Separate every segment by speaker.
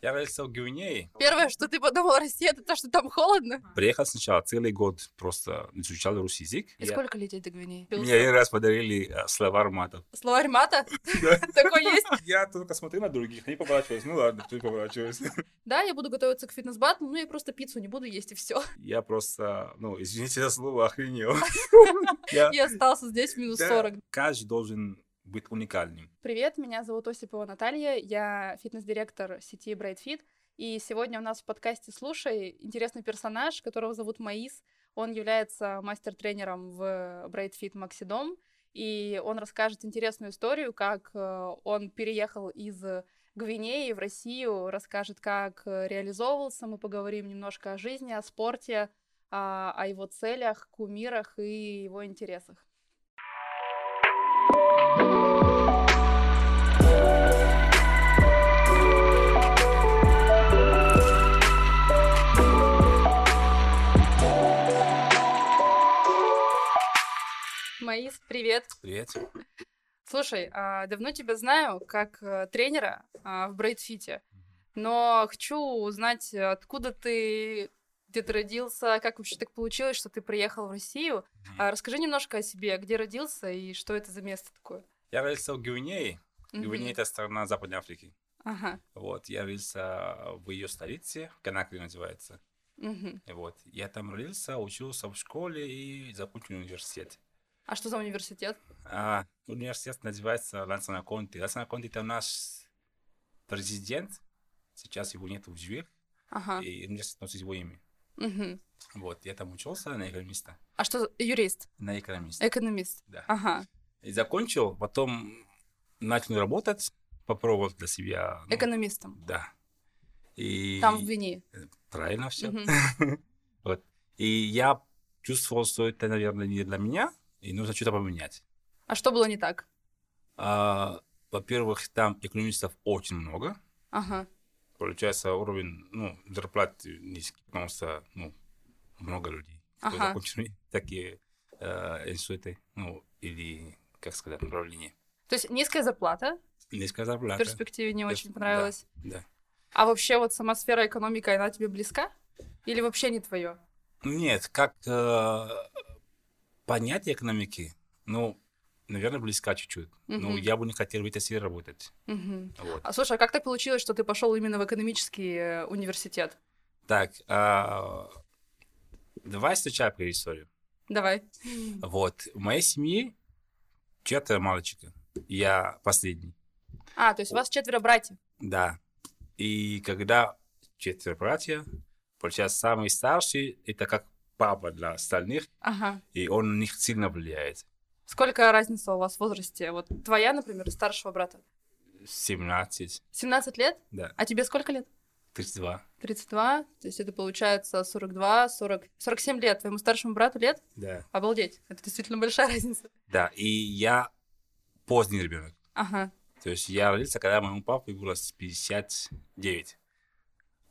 Speaker 1: Я вылетел в Гвинеи,
Speaker 2: Первое, что ты подумал, Россия, это то, что там холодно.
Speaker 1: приехал сначала целый год, просто изучал русский язык.
Speaker 2: И
Speaker 1: Я-
Speaker 2: сколько лететь до Гвинеи?
Speaker 1: Мне один раз подарили э, словарь матов.
Speaker 2: Словарь мата? Такой есть?
Speaker 1: Я только смотрю на других, они поворачиваются. Ну ладно, ты поворачиваешься.
Speaker 2: Да, я буду готовиться к фитнес-батлу, но я просто пиццу не буду есть, и все.
Speaker 1: Я просто, ну, извините за слово, охренел. Я-
Speaker 2: И остался здесь в минус
Speaker 1: Да,
Speaker 2: 40.
Speaker 1: Каждый должен быть уникальным.
Speaker 2: Привет, меня зовут Осипова Наталья, я фитнес-директор сети BrightFit, и сегодня у нас в подкасте «Слушай» интересный персонаж, которого зовут Маис. Он является мастер-тренером в BrightFit Максидом, и он расскажет интересную историю, как э, он переехал из Гвинеи в Россию, расскажет, как э, реализовывался. Мы поговорим немножко о жизни, о спорте, а, о его целях, кумирах и его интересах. Маис, привет!
Speaker 1: Привет.
Speaker 2: Слушай, а, давно тебя знаю как э, тренера а, в Брайтфите, но хочу узнать, э, откуда ты, где ты родился, как вообще так получилось, что ты приехал в Россию. А, Расскажи немножко о себе, где родился и что это за место такое.
Speaker 1: Я родился в Гвинее.
Speaker 2: Мгм.
Speaker 1: Гвинея это страна Западной Африки.
Speaker 2: Ага.
Speaker 1: Вот, я родился в ее столице, Конакри называется.
Speaker 2: Мгм.
Speaker 1: Вот, я там родился, учился в школе и закончил университет.
Speaker 2: А что за университет?
Speaker 1: А, университет называется Лансана Конте. Лансана Конте это наш президент. Сейчас его нет в живых,
Speaker 2: Ага.
Speaker 1: и университет носит его имя.
Speaker 2: Мгм.
Speaker 1: Вот, я там учился на экономиста.
Speaker 2: А что за- юрист,
Speaker 1: На экономиста,
Speaker 2: экономист?
Speaker 1: да.
Speaker 2: Ага.
Speaker 1: И закончил, потом начал работать, попробовал для себя. ну,
Speaker 2: Экономистом.
Speaker 1: Да. И...
Speaker 2: Там в Гвинее.
Speaker 1: Правильно все.
Speaker 2: Мгм.
Speaker 1: И я чувствовал, что это, наверное, не для меня, и нужно что-то поменять.
Speaker 2: А что было не так?
Speaker 1: А, во-первых, там экономистов очень много.
Speaker 2: Ага.
Speaker 1: Получается, уровень ну, зарплат низкий, потому что ну, много людей, которые
Speaker 2: Ага.
Speaker 1: закончили такие э, институты, ну, или, как сказать, направления.
Speaker 2: То есть низкая зарплата,
Speaker 1: Низкая
Speaker 2: в
Speaker 1: зарплата.
Speaker 2: перспективе не
Speaker 1: Перс-
Speaker 2: очень
Speaker 1: да.
Speaker 2: понравилась.
Speaker 1: Да.
Speaker 2: А вообще вот сама сфера экономики, она тебе близка? Или вообще не твое?
Speaker 1: Ну, Нет, как э, понятие экономики, ну, наверное, близка чуть-чуть. Ну,
Speaker 2: Мгм.
Speaker 1: я бы не хотел в этой сфере работать. Вот.
Speaker 2: А слушай, а как так получилось, что ты пошел именно в экономический э, университет?
Speaker 1: Так, а, давай сначала про историю.
Speaker 2: Давай.
Speaker 1: Вот, в моей семье четверо мальчика. Я последний.
Speaker 2: А, то есть у вас четверо братьев.
Speaker 1: Да. И когда четверо братья, получается, самый старший, это как папа для остальных,
Speaker 2: Ага.
Speaker 1: и он на них сильно влияет.
Speaker 2: Сколько разница у вас в возрасте? Вот твоя, например, и старшего брата.
Speaker 1: 17,
Speaker 2: 17 лет?
Speaker 1: да,
Speaker 2: А тебе сколько лет?
Speaker 1: 32,
Speaker 2: 32. То есть это получается 42, 40, 47 лет. Твоему старшему брату лет?
Speaker 1: да.
Speaker 2: Обалдеть. Это действительно большая разница.
Speaker 1: Да, и я поздний ребенок.
Speaker 2: Ага.
Speaker 1: То есть я родился, когда моему папе было 59.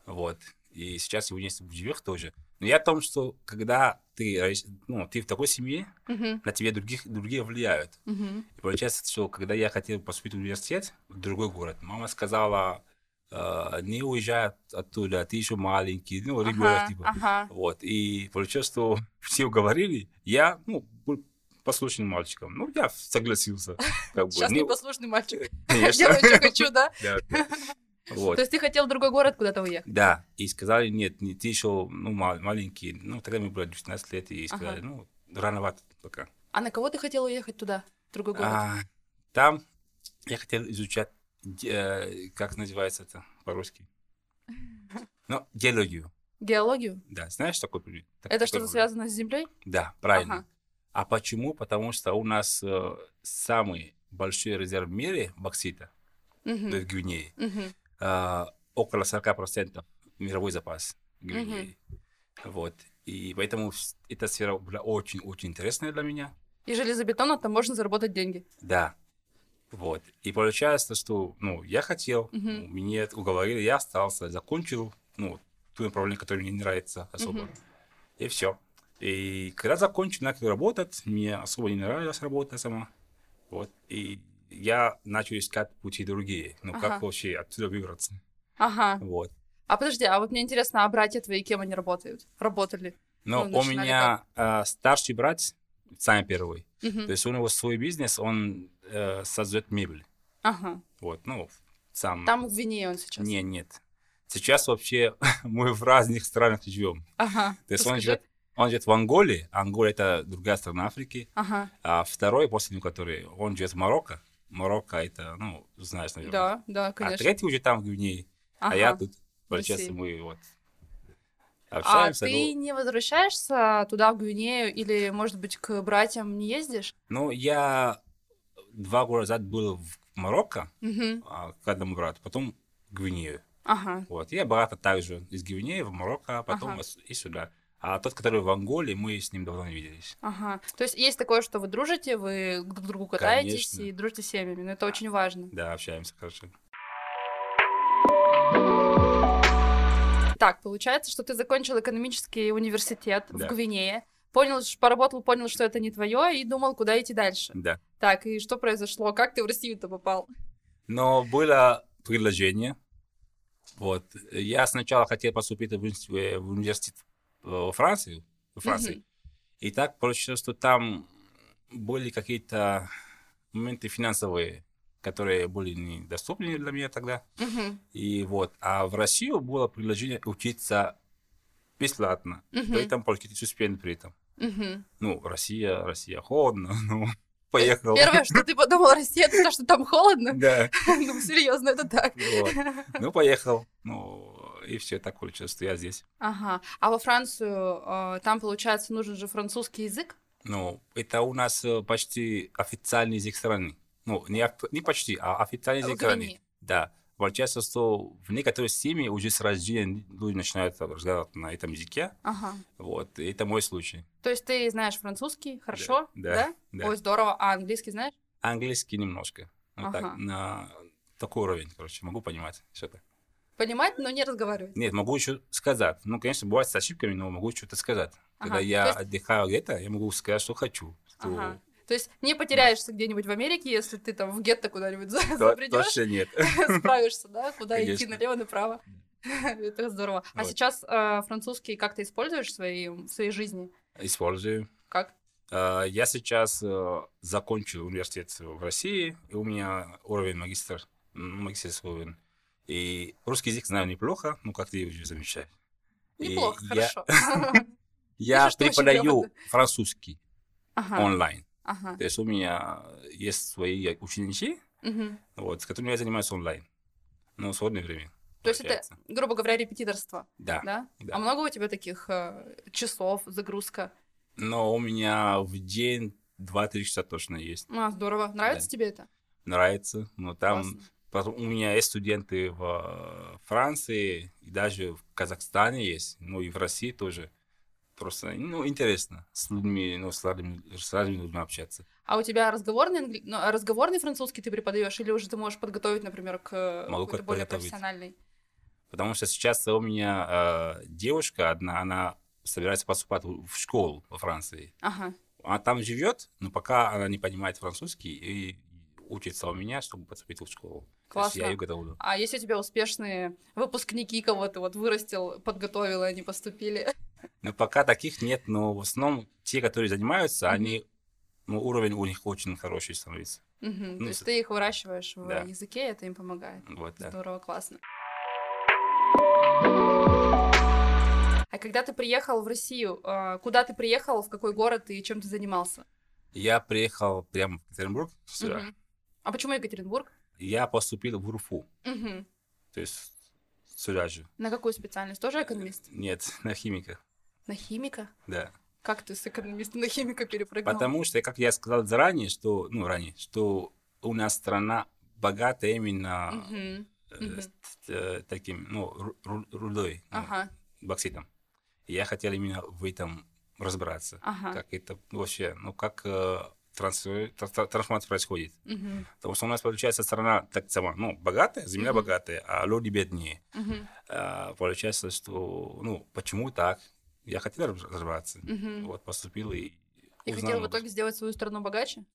Speaker 1: Вот. И сейчас его есть в живых тоже. Но я о том, что когда ты, рос- ну, ты в такой семье,
Speaker 2: Мгм.
Speaker 1: на тебя других, другие влияют.
Speaker 2: Мгм.
Speaker 1: И получается, что когда я хотел поступить в университет, в другой город, мама сказала, «Э, не уезжай от- оттуда, ты еще маленький, ну, ребенок,
Speaker 2: Ага,
Speaker 1: типа.
Speaker 2: ага.
Speaker 1: Вот, и получилось, что все уговорили, я, ну, был послушным мальчиком. Ну, я согласился. Как бы.
Speaker 2: Сейчас
Speaker 1: Не-
Speaker 2: непослушный мальчик. Я
Speaker 1: конечно.
Speaker 2: делаю, что хочу, да?
Speaker 1: Да, да. Вот.
Speaker 2: То есть ты хотел в другой город куда-то уехать?
Speaker 1: Да, и сказали, нет, не, ты еще ну, ма- маленький, ну, тогда мне было 19 лет, и сказали,
Speaker 2: Ага.
Speaker 1: ну, рановато пока.
Speaker 2: А на кого ты хотел уехать туда, в другой город?
Speaker 1: А, там я хотел изучать, э, как называется это по-русски? Ну, геологию,
Speaker 2: Геологию?
Speaker 1: да, знаешь такой предмет? Так-
Speaker 2: Это
Speaker 1: такой
Speaker 2: что-то
Speaker 1: предмет?
Speaker 2: связано с землей?
Speaker 1: Да, правильно.
Speaker 2: Ага.
Speaker 1: А почему? Потому что у нас э, самый большой резерв в мире боксита,
Speaker 2: Мгм.
Speaker 1: то есть Гвинеи.
Speaker 2: Мгм.
Speaker 1: а, около 40% мировой запас Гвинеи. Вот. И поэтому вс- эта сфера была очень-очень интересная для меня.
Speaker 2: И железобетона там можно заработать деньги.
Speaker 1: Да. Вот. И получается, что ну, я хотел,
Speaker 2: Мгм.
Speaker 1: мне уговорили, я остался, закончил ну, ту направление, которое мне не нравится особо.
Speaker 2: Мгм.
Speaker 1: И все. И когда закончил, начал работать, мне особо не нравилась работа сама. Вот. И я начал искать пути другие. Ну,
Speaker 2: Ага.
Speaker 1: как вообще отсюда выбраться?
Speaker 2: Ага.
Speaker 1: Вот.
Speaker 2: А подожди, а вот мне интересно, а братья твои кем они работают? Работали?
Speaker 1: Но у
Speaker 2: Ну, начинали
Speaker 1: меня а, старший брат, самый первый,
Speaker 2: Мгм.
Speaker 1: то есть у него свой бизнес, он э, создает мебель.
Speaker 2: Ага.
Speaker 1: Вот, ну, сам.
Speaker 2: Там в Вене он сейчас.
Speaker 1: Не, нет. Сейчас вообще мы в разных странах живем.
Speaker 2: Ага.
Speaker 1: То есть он
Speaker 2: Расскажи.
Speaker 1: живет, он живет в Анголе. а Ангола это другая страна Африки.
Speaker 2: Ага.
Speaker 1: А второй, после него, который, он живет в Марокко. Марокко это, ну, знаешь, наверное.
Speaker 2: Да, да,
Speaker 1: а
Speaker 2: конечно.
Speaker 1: третий уже там в Гвинее.
Speaker 2: Ага.
Speaker 1: А я тут.
Speaker 2: В
Speaker 1: Получается,
Speaker 2: России.
Speaker 1: мы вот
Speaker 2: А
Speaker 1: общаемся. Ну,
Speaker 2: ты не возвращаешься туда, в Гвинею, или, может быть, к братьям не ездишь?
Speaker 1: Ну, ну, я два года назад был в Марокко,
Speaker 2: Мгм.
Speaker 1: а, к одному брату, потом в Гвинею.
Speaker 2: Ага.
Speaker 1: Вот. Я брата также из Гвинеи в Марокко, а потом
Speaker 2: Ага.
Speaker 1: ос- и сюда. А тот, который в Анголе, мы с ним давно не виделись.
Speaker 2: Ага. То есть есть такое, что вы дружите, вы друг к другу катаетесь
Speaker 1: Конечно.
Speaker 2: и дружите семьями, но это очень важно.
Speaker 1: Да, общаемся хорошо.
Speaker 2: Так, получается, что ты закончил экономический университет
Speaker 1: Да.
Speaker 2: в Гвинее, понял, ш- поработал, понял, что это не твое, и думал, куда идти дальше.
Speaker 1: Да.
Speaker 2: Так, и что произошло? Как ты в Россию-то попал?
Speaker 1: Но было предложение. Вот. Я сначала хотел поступить в, уни- э, в университет э, во Франции. Во Франции.
Speaker 2: Мгм.
Speaker 1: И так получилось, что там были какие-то моменты финансовые, которые были недоступны для меня тогда.
Speaker 2: Мгм.
Speaker 1: И вот. А в Россию было предложение учиться бесплатно.
Speaker 2: Мгм.
Speaker 1: При этом получить суспенд при этом.
Speaker 2: Мгм.
Speaker 1: Ну, Россия, Россия, холодно. Ну, поехал.
Speaker 2: Первое, что ты подумал, Россия, это то, что там холодно.
Speaker 1: Да.
Speaker 2: Ну, серьезно, это так.
Speaker 1: Вот. Ну, поехал. Ну, и все так получилось, что я здесь.
Speaker 2: Ага. А во Францию э, там, получается, нужен же французский язык?
Speaker 1: Ну, это у нас э, почти официальный язык страны. Ну, не, оф- не почти, а официальный
Speaker 2: в
Speaker 1: язык страны.
Speaker 2: Гвинее.
Speaker 1: Да. Получается, что в некоторых семьи уже с рождения люди начинают э, разговаривать на этом языке.
Speaker 2: Ага.
Speaker 1: Вот, и это мой случай.
Speaker 2: То есть ты знаешь французский, хорошо?
Speaker 1: Да, да.
Speaker 2: Ой, здорово. А английский знаешь?
Speaker 1: Английский немножко. Ну,
Speaker 2: Ага.
Speaker 1: так, на такой уровень, короче, могу понимать что-то.
Speaker 2: Понимать, но не разговаривать.
Speaker 1: Нет, могу еще сказать. Ну, конечно, бывает с ошибками, но могу что-то сказать. Когда
Speaker 2: Ага,
Speaker 1: я
Speaker 2: то есть-
Speaker 1: отдыхаю где-то, я могу сказать, что хочу. что-
Speaker 2: Ага. То есть не потеряешься где-нибудь в Америке, если ты там в гетто куда-нибудь за-
Speaker 1: То-
Speaker 2: забредешь,
Speaker 1: Точно нет.
Speaker 2: справишься, да, куда идти
Speaker 1: Конечно.
Speaker 2: налево, направо. Это здорово. А
Speaker 1: Вот.
Speaker 2: сейчас э, французский как ты используешь в своей, в своей жизни?
Speaker 1: Использую.
Speaker 2: Как?
Speaker 1: А, Я сейчас э, закончил университет в России, и у меня уровень магистр, м, магистерский уровень. И русский язык знаю неплохо, ну, как ты уже замечаешь. И
Speaker 2: Неплохо,
Speaker 1: Э, я-
Speaker 2: хорошо.
Speaker 1: Я
Speaker 2: Пишешь ты очень А.
Speaker 1: преподаю
Speaker 2: грамотно.
Speaker 1: французский
Speaker 2: Ага,
Speaker 1: онлайн.
Speaker 2: ага.
Speaker 1: То есть у меня есть свои ученики,
Speaker 2: Мгм.
Speaker 1: вот, с которыми я занимаюсь онлайн. Ну, в свободное время.
Speaker 2: То есть это,
Speaker 1: получается.
Speaker 2: грубо говоря, репетиторство,
Speaker 1: Да.
Speaker 2: да?
Speaker 1: да.
Speaker 2: А много у тебя таких э, часов, загрузка?
Speaker 1: Но у меня в день 2-3 часа точно есть.
Speaker 2: А, здорово. Нравится тебе это?
Speaker 1: Нравится. Но там
Speaker 2: Классно.
Speaker 1: Потом у меня есть студенты в э, Франции, и даже в Казахстане есть, ну и в России тоже. Просто, ну, интересно с людьми, ну, с разными, с разными людьми общаться.
Speaker 2: А у тебя разговорный, англи- ну, а разговорный французский ты преподаешь, или уже ты можешь подготовить, например, к э,
Speaker 1: Могу
Speaker 2: какой-то
Speaker 1: как
Speaker 2: более
Speaker 1: подготовить.
Speaker 2: профессиональной?
Speaker 1: Потому что сейчас у меня э, девушка одна, она собирается поступать в в школу во Франции.
Speaker 2: Ага.
Speaker 1: Она там живет, но пока она не понимает французский и учится у меня, чтобы поступить в школу. То есть
Speaker 2: Классно.
Speaker 1: я ее готовлю.
Speaker 2: А если у тебя успешные выпускники кого-то вот вырастил, подготовил, и они поступили?
Speaker 1: Но пока таких нет, но в основном те, которые занимаются,
Speaker 2: Мгм.
Speaker 1: они ну, уровень у них очень хороший становится.
Speaker 2: Мгм. То
Speaker 1: Ну,
Speaker 2: есть
Speaker 1: с-
Speaker 2: ты их выращиваешь в
Speaker 1: Да.
Speaker 2: языке, и это им помогает.
Speaker 1: Вот, да.
Speaker 2: Здорово, классно. А когда ты приехал в Россию, э, куда ты приехал, в какой город и чем ты занимался?
Speaker 1: Я приехал прямо в Екатеринбург сюда.
Speaker 2: Мгм. А почему Екатеринбург?
Speaker 1: Я поступил в УРФУ,
Speaker 2: Мгм.
Speaker 1: то есть сюда же.
Speaker 2: На какую специальность?
Speaker 1: Э,
Speaker 2: Тоже экономист?
Speaker 1: Нет, на химика,
Speaker 2: На химика?
Speaker 1: да.
Speaker 2: Как ты с экономиста на химика перепрыгнул?
Speaker 1: Потому что, как я сказал заранее, что, ну, ранее, что у нас страна богата именно
Speaker 2: Мгм.
Speaker 1: э,
Speaker 2: мгм.
Speaker 1: с- э, таким, ну, ру- ру- рудой, ну,
Speaker 2: Ага,
Speaker 1: бокситом. И я хотел именно в этом разбираться.
Speaker 2: ага.
Speaker 1: как это вообще, ну, как э, трансфер- тра- тра- трансформация происходит.
Speaker 2: Мгм,
Speaker 1: Потому что у нас, получается, страна так сама, ну, богатая, земля
Speaker 2: Мгм.
Speaker 1: богатая, а люди беднее.
Speaker 2: мгм,
Speaker 1: А, получается, что, ну, почему так? Я хотел раз- разобраться.
Speaker 2: мгм.
Speaker 1: Вот, поступил и
Speaker 2: И
Speaker 1: узнал
Speaker 2: хотел в
Speaker 1: много
Speaker 2: итоге сделать свою страну богаче?
Speaker 1: чего.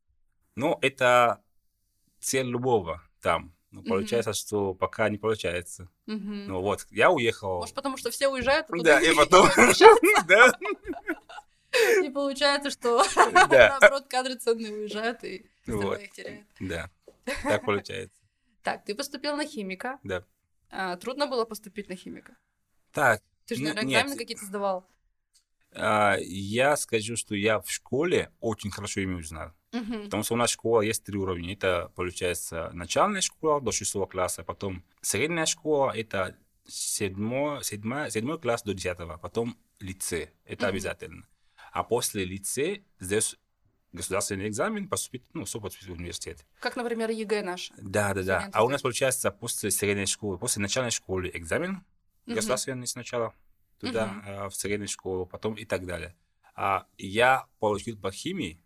Speaker 1: Ну, это цель любого там. но
Speaker 2: Мгм.
Speaker 1: получается, что пока не получается.
Speaker 2: Мгм.
Speaker 1: Ну вот, я уехал.
Speaker 2: Может, потому что все уезжают, а тут
Speaker 1: Да, и потом... Да,
Speaker 2: не получается, что
Speaker 1: да,
Speaker 2: наоборот кадры ценные уезжают и
Speaker 1: Вот.
Speaker 2: здоровье их теряют.
Speaker 1: да. Так получается.
Speaker 2: Так, ты поступил на химика.
Speaker 1: Да.
Speaker 2: А, трудно было поступить на химика.
Speaker 1: Так,
Speaker 2: Ты же,
Speaker 1: Ну,
Speaker 2: наверное,
Speaker 1: нет.
Speaker 2: экзамены какие-то сдавал.
Speaker 1: а, я скажу, что я в школе очень хорошо ими узнал.
Speaker 2: Мгм.
Speaker 1: Потому что у нас школа есть три уровня. Это, получается, начальная школа до шестого класса, потом средняя школа, это седьмой, седьмая- седьмой класс до десятого, потом лице, это
Speaker 2: Мгм.
Speaker 1: обязательно. А после лице здесь государственный экзамен, поступить, ну, чтобы поступить в университет.
Speaker 2: Как, например, ЕГЭ наш.
Speaker 1: Да, да, да.
Speaker 2: Студенты
Speaker 1: А у нас
Speaker 2: сдают.
Speaker 1: получается после средней школы, после начальной школы экзамен
Speaker 2: Мгм.
Speaker 1: государственный сначала, туда,
Speaker 2: Мгм.
Speaker 1: э, в среднюю школу, потом и так далее. А я получил по химии,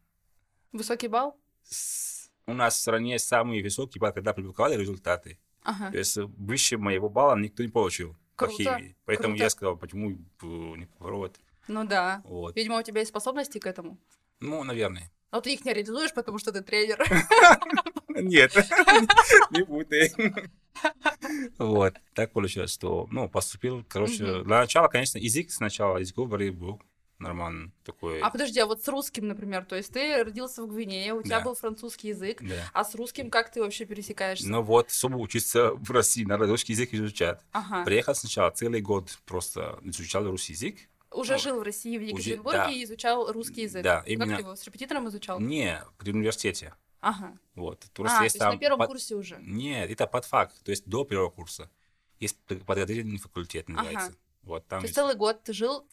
Speaker 2: Высокий балл?
Speaker 1: с- у нас в стране самые высокие баллы, когда публиковали результаты.
Speaker 2: Ага.
Speaker 1: То есть э, выше моего балла никто не получил по
Speaker 2: Круто,
Speaker 1: химии. Поэтому
Speaker 2: круто.
Speaker 1: я сказал, почему э, не попробовать.
Speaker 2: Ну да.
Speaker 1: Вот.
Speaker 2: Видимо, у тебя есть способности к этому.
Speaker 1: Ну, наверное.
Speaker 2: Но ты их не реализуешь, потому что ты тренер.
Speaker 1: Нет, не путай. Вот, так получилось, что, ну, поступил, короче,
Speaker 2: Мгм.
Speaker 1: для начала, конечно, язык сначала, язык говорил, был нормально такой.
Speaker 2: А подожди, а вот с русским, например, то есть ты родился в Гвинее, у тебя
Speaker 1: Да.
Speaker 2: был французский язык,
Speaker 1: Да.
Speaker 2: а с русским как ты вообще пересекаешься?
Speaker 1: Ну вот, чтобы учиться в России, надо русский язык изучать.
Speaker 2: ага.
Speaker 1: Приехал сначала целый год, просто изучал русский язык.
Speaker 2: Уже
Speaker 1: ну,
Speaker 2: жил в России, в
Speaker 1: уже-
Speaker 2: Екатеринбурге
Speaker 1: да.
Speaker 2: и изучал русский язык.
Speaker 1: Да,
Speaker 2: Как
Speaker 1: именно.
Speaker 2: ты его с репетитором изучал?
Speaker 1: Не, при университете.
Speaker 2: Ага.
Speaker 1: Вот.
Speaker 2: а,
Speaker 1: Просто
Speaker 2: то
Speaker 1: есть
Speaker 2: есть на
Speaker 1: там
Speaker 2: первом
Speaker 1: под-
Speaker 2: курсе уже.
Speaker 1: Нет, это подфак, то есть до первого курса. Есть п- подготовительный факультет,
Speaker 2: Ага.
Speaker 1: называется. Вот там
Speaker 2: То есть
Speaker 1: есть.
Speaker 2: целый год ты жил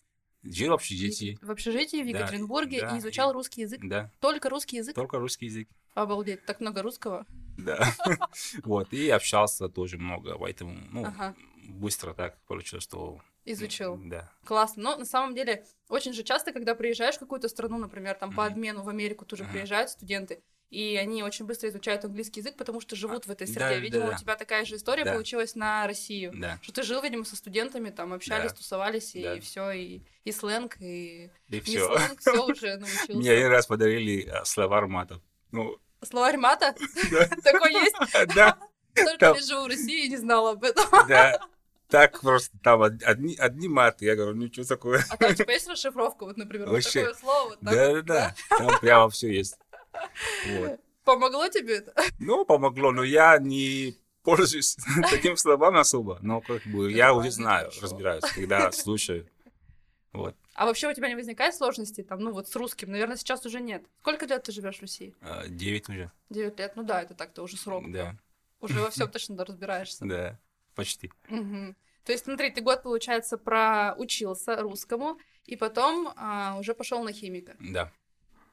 Speaker 1: Жил в общежитии,
Speaker 2: в общежитии в
Speaker 1: Да,
Speaker 2: Екатеринбурге
Speaker 1: да,
Speaker 2: и изучал
Speaker 1: и-
Speaker 2: русский язык.
Speaker 1: да,
Speaker 2: Только русский язык?
Speaker 1: только русский язык.
Speaker 2: Обалдеть, так много русского.
Speaker 1: Да. Вот, и общался тоже много, поэтому, ну,
Speaker 2: Ага,
Speaker 1: быстро так получилось, что... ну,
Speaker 2: изучил.
Speaker 1: Да.
Speaker 2: Классно. Но на самом деле, очень же часто, когда приезжаешь в какую-то страну, например, там по
Speaker 1: Мгм.
Speaker 2: обмену в Америку тоже
Speaker 1: Мгм.
Speaker 2: приезжают студенты, и они очень быстро изучают английский язык, потому что живут в этой
Speaker 1: да,
Speaker 2: среде.
Speaker 1: А, да,
Speaker 2: Видимо, у
Speaker 1: да.
Speaker 2: тебя такая же история
Speaker 1: Да.
Speaker 2: получилась на Россию.
Speaker 1: Да.
Speaker 2: Что ты жил, видимо, со студентами, там общались,
Speaker 1: Да.
Speaker 2: тусовались, и
Speaker 1: Да.
Speaker 2: все, и, и сленг, и
Speaker 1: И
Speaker 2: не
Speaker 1: все.
Speaker 2: сленг, все уже научился.
Speaker 1: Мне один раз подарили а, словарь матов. Ну,
Speaker 2: Словарь мата
Speaker 1: Да.
Speaker 2: такой есть,
Speaker 1: да,
Speaker 2: только
Speaker 1: Там-
Speaker 2: я живу в России и не знала об этом.
Speaker 1: да. Так просто там од- одни, одни маты. Я говорю, «Ну, ничего такое.
Speaker 2: А там типа есть расшифровка, вот, например, вот
Speaker 1: Вообще.
Speaker 2: такое слово, вот так
Speaker 1: Да, да, да. Там прямо все есть. Вот.
Speaker 2: Помогло тебе это?
Speaker 1: Ну, помогло, но я не пользуюсь таким словам особо. Но как бы
Speaker 2: Это
Speaker 1: я
Speaker 2: правильно,
Speaker 1: уже знаю,
Speaker 2: хорошо.
Speaker 1: разбираюсь, когда слушаю. Вот.
Speaker 2: А вообще у тебя не возникает сложностей там, ну вот с русским? Наверное, сейчас уже нет. Сколько лет ты живешь в России?
Speaker 1: А, Девять уже.
Speaker 2: Девять лет. Ну да, это так, ты уже срок.
Speaker 1: Да,
Speaker 2: Уже во всем точно разбираешься.
Speaker 1: да. Почти.
Speaker 2: Мгм. То есть, смотри, ты год, получается, проучился русскому, и потом а, уже пошел на химика.
Speaker 1: Да.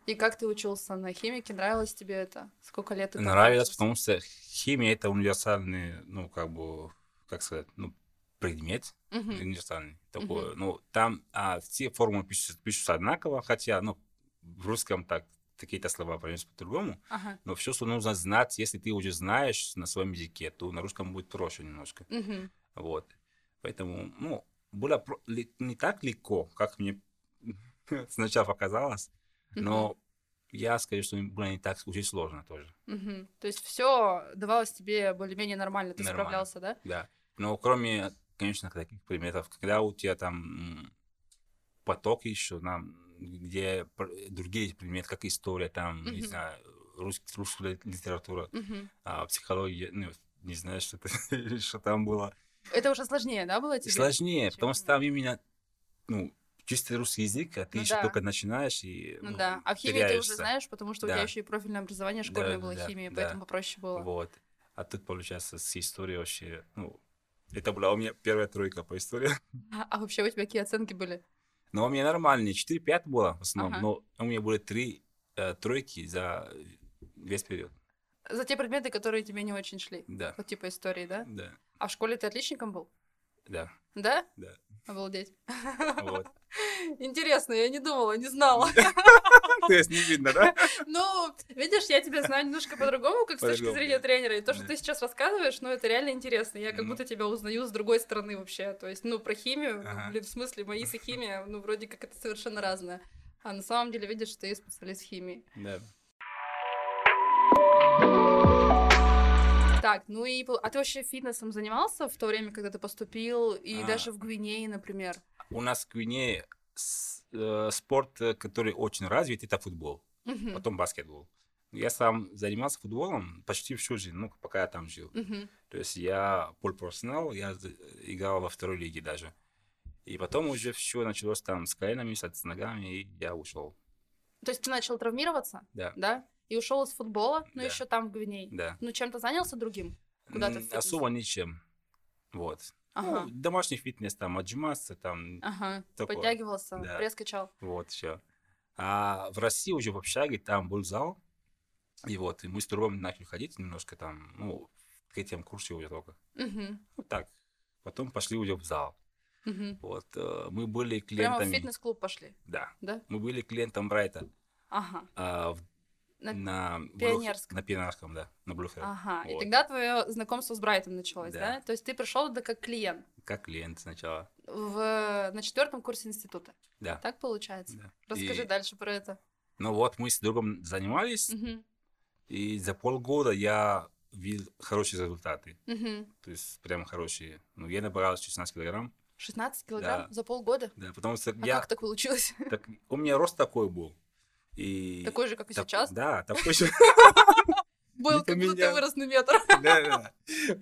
Speaker 2: И как ты учился на химике? Нравилось тебе это? Сколько лет ты там
Speaker 1: Нравилось,
Speaker 2: учился?
Speaker 1: потому что химия это универсальный, ну, как бы, как сказать, ну, предмет
Speaker 2: Мгм.
Speaker 1: универсальный такой. Ну, там а, все формулы пишутся, пишутся одинаково, хотя, ну, в русском так какие-то слова произносятся по-другому,
Speaker 2: Ага.
Speaker 1: но все, что нужно знать, если ты уже знаешь на своем языке, то на русском будет проще немножко.
Speaker 2: Мгм.
Speaker 1: Вот. Поэтому, ну, было про- ли- не так легко, как мне сначала показалось, но я скажу, что было не так очень сложно тоже.
Speaker 2: Мгм. То есть все давалось тебе более-менее нормально, ты
Speaker 1: Нормально.
Speaker 2: справлялся, да?
Speaker 1: Да. Но кроме, конечно, таких предметов, когда у тебя там м, поток еще, нам, где пр- другие предметы, как история, там, не
Speaker 2: Мгм.
Speaker 1: знаю, рус- русская литература,
Speaker 2: Мгм.
Speaker 1: а, психология, ну, не знаю, что, это- что там было.
Speaker 2: Это уже сложнее, да, было тебе?
Speaker 1: Сложнее,
Speaker 2: чем-
Speaker 1: потому что там именно, ну, чистый русский язык, а ты
Speaker 2: Ну
Speaker 1: еще
Speaker 2: да.
Speaker 1: только начинаешь и
Speaker 2: Ну
Speaker 1: ну,
Speaker 2: да, а в химии ты уже
Speaker 1: теряешься.
Speaker 2: знаешь, потому что у тебя
Speaker 1: Да.
Speaker 2: еще и профильное образование
Speaker 1: Да,
Speaker 2: школьное
Speaker 1: да,
Speaker 2: было
Speaker 1: да,
Speaker 2: химии,
Speaker 1: да.
Speaker 2: поэтому попроще было.
Speaker 1: Вот. А тут, получается, с историей вообще, ну, это была у меня первая тройка по истории.
Speaker 2: А а вообще у тебя какие оценки были?
Speaker 1: Но у меня нормальные, 4-5 было в основном,
Speaker 2: Ага.
Speaker 1: но у меня были 3 тройки за весь период.
Speaker 2: За те предметы, которые тебе не очень шли.
Speaker 1: Да,
Speaker 2: Вот типа истории, да?
Speaker 1: да,
Speaker 2: А в школе ты отличником был?
Speaker 1: да,
Speaker 2: Да?
Speaker 1: Да.
Speaker 2: Обалдеть.
Speaker 1: вот.
Speaker 2: Интересно, я не думала, не знала.
Speaker 1: То есть не видно, да?
Speaker 2: Ну, видишь, я тебя знаю немножко по-другому, как с точки
Speaker 1: По-другому,
Speaker 2: зрения
Speaker 1: да.
Speaker 2: тренера. И то, что
Speaker 1: Да.
Speaker 2: ты сейчас рассказываешь, ну, это реально интересно. Я как
Speaker 1: Ну.
Speaker 2: будто тебя узнаю с другой стороны вообще. То есть, ну, про химию, ну,
Speaker 1: Ага.
Speaker 2: блин, в смысле, мои и химия, ну, вроде как это совершенно разное. А на самом деле, видишь, ты специалист химии.
Speaker 1: Да.
Speaker 2: Так, ну и... пол- А ты вообще фитнесом занимался в то время, когда ты поступил? И
Speaker 1: А.
Speaker 2: даже в Гвинее, например?
Speaker 1: У нас в Гвинее с- э, спорт, э, который очень развит, это футбол,
Speaker 2: Мгм.
Speaker 1: потом баскетбол. Я сам занимался футболом почти всю жизнь, ну, пока я там жил.
Speaker 2: Мгм.
Speaker 1: То есть я полпрофессионал, я за- играл во второй лиге даже. И потом уже все началось там с коленами, с с ногами, и я ушел.
Speaker 2: То есть ты начал травмироваться,
Speaker 1: Да,
Speaker 2: да? И ушел из футбола, но
Speaker 1: Да.
Speaker 2: еще там в Гвинее.
Speaker 1: да.
Speaker 2: Ну, чем-то занялся другим? Куда ты
Speaker 1: М,
Speaker 2: в фитнес?
Speaker 1: Особо ничем. Вот.
Speaker 2: Ага. А,
Speaker 1: Ну, домашний фитнес, там, отжиматься, там,
Speaker 2: Ага.
Speaker 1: такое.
Speaker 2: Подтягивался,
Speaker 1: Да.
Speaker 2: пресс качал.
Speaker 1: вот, все. А в России уже в общаге там был зал, и вот, и мы с другом начали ходить немножко там, ну, к этим курсе уже только.
Speaker 2: Мгм.
Speaker 1: Ну, так. Потом пошли уже в зал.
Speaker 2: Мгм.
Speaker 1: Вот, э, мы были
Speaker 2: Прямо в
Speaker 1: клиентами...
Speaker 2: фитнес-клуб пошли,
Speaker 1: Да.
Speaker 2: да?
Speaker 1: Мы были клиентом Брайта.
Speaker 2: Ага.
Speaker 1: А, в-
Speaker 2: На-
Speaker 1: на, Блюх-
Speaker 2: Пионерском. А.
Speaker 1: на Пионерском, да, на Блюхере.
Speaker 2: Ага. И
Speaker 1: Вот.
Speaker 2: тогда твое знакомство с Брайтом началось, да?
Speaker 1: Да.
Speaker 2: То есть ты пришел да как клиент
Speaker 1: Как клиент сначала.
Speaker 2: в... на четвертом курсе института.
Speaker 1: Да.
Speaker 2: Так получается.
Speaker 1: да.
Speaker 2: Расскажи
Speaker 1: И-
Speaker 2: дальше про это.
Speaker 1: Ну вот, мы с другом занимались,
Speaker 2: Мгм.
Speaker 1: и за полгода я видел хорошие результаты.
Speaker 2: Мгм.
Speaker 1: То есть прям хорошие. Ну, я набрал 16 килограмм.
Speaker 2: 16 килограмм за полгода?
Speaker 1: Да, потому что
Speaker 2: А
Speaker 1: я...
Speaker 2: как так получилось?
Speaker 1: так- у меня рост такой был. И...
Speaker 2: Такой же, как и
Speaker 1: так-
Speaker 2: сейчас?
Speaker 1: Да, такой же.
Speaker 2: Был,
Speaker 1: это
Speaker 2: как будто ты
Speaker 1: меня.
Speaker 2: вырос на метр.
Speaker 1: Да, да, да.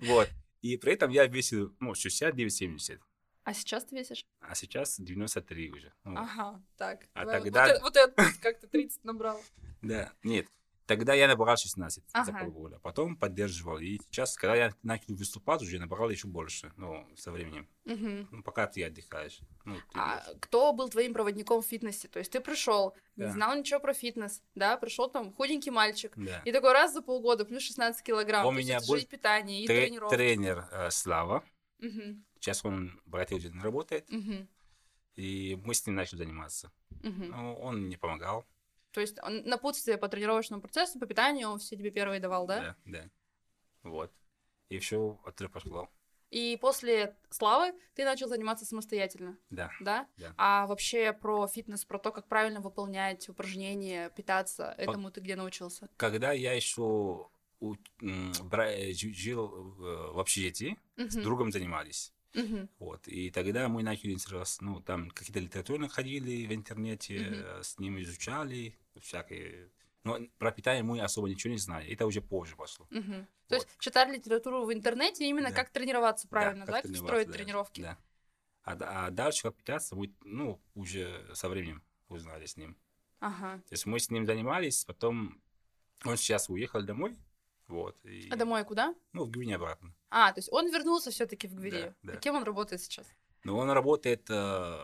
Speaker 1: Вот. И при этом я весил, ну, 69-70.
Speaker 2: А сейчас ты весишь?
Speaker 1: А сейчас 93 уже. Ну,
Speaker 2: Ага, так.
Speaker 1: А
Speaker 2: Давай,
Speaker 1: тогда-
Speaker 2: Вот, э- вот этот путь как-то 30 набрал.
Speaker 1: Да, нет. Тогда я набрал 16 за
Speaker 2: Ага.
Speaker 1: полгода, потом поддерживал. И сейчас, когда я начал выступать, уже набрал еще больше, ну, со временем.
Speaker 2: Мгм.
Speaker 1: Ну, пока ты отдыхаешь. Ну, ты
Speaker 2: А
Speaker 1: идёшь.
Speaker 2: кто был твоим проводником в фитнесе? То есть ты пришел, не
Speaker 1: Да.
Speaker 2: знал ничего про фитнес, да, пришел там худенький мальчик.
Speaker 1: Да.
Speaker 2: И такой раз за полгода, плюс 16 килограмм.
Speaker 1: У
Speaker 2: То есть
Speaker 1: меня
Speaker 2: это же
Speaker 1: был
Speaker 2: и питание, и
Speaker 1: Тре-
Speaker 2: тренировка.
Speaker 1: тренер э, Слава.
Speaker 2: Мгм,
Speaker 1: Сейчас он, брат, уже не работает.
Speaker 2: мгм,
Speaker 1: И мы с ним начали заниматься.
Speaker 2: мгм.
Speaker 1: Ну, он мне помогал.
Speaker 2: То есть он напутствие по тренировочному процессу, по питанию он все тебе первые давал, да?
Speaker 1: Да, да. Вот. И все оттуда пошло.
Speaker 2: И после славы ты начал заниматься самостоятельно,
Speaker 1: Да.
Speaker 2: да?
Speaker 1: Да.
Speaker 2: А вообще про фитнес, про то, как правильно выполнять упражнения, питаться, этому ты где научился?
Speaker 1: Когда я еще жил э, в общежитии, с
Speaker 2: Мгм,
Speaker 1: другом занимались.
Speaker 2: мгм,
Speaker 1: Вот. И тогда мы начали интерес, ну, там какие-то литературы находили в интернете,
Speaker 2: Мгм.
Speaker 1: э, с ним изучали всякие. Но про питание мы особо ничего не знали. Это уже позже пошло.
Speaker 2: мгм. То есть читали литературу в интернете именно
Speaker 1: Да.
Speaker 2: как тренироваться правильно, да?
Speaker 1: как
Speaker 2: Как,
Speaker 1: тренироваться,
Speaker 2: строить
Speaker 1: да,
Speaker 2: тренировки.
Speaker 1: Да. А, да- а дальше как питаться мы, ну, уже со временем узнали с ним.
Speaker 2: Ага.
Speaker 1: То есть мы с ним занимались, потом он сейчас уехал домой. Вот. и-
Speaker 2: А домой куда?
Speaker 1: Ну, в Гвине обратно.
Speaker 2: А, то есть он вернулся все-таки в Гвинею.
Speaker 1: Да,
Speaker 2: А
Speaker 1: да.
Speaker 2: кем он работает сейчас?
Speaker 1: Но он работает э,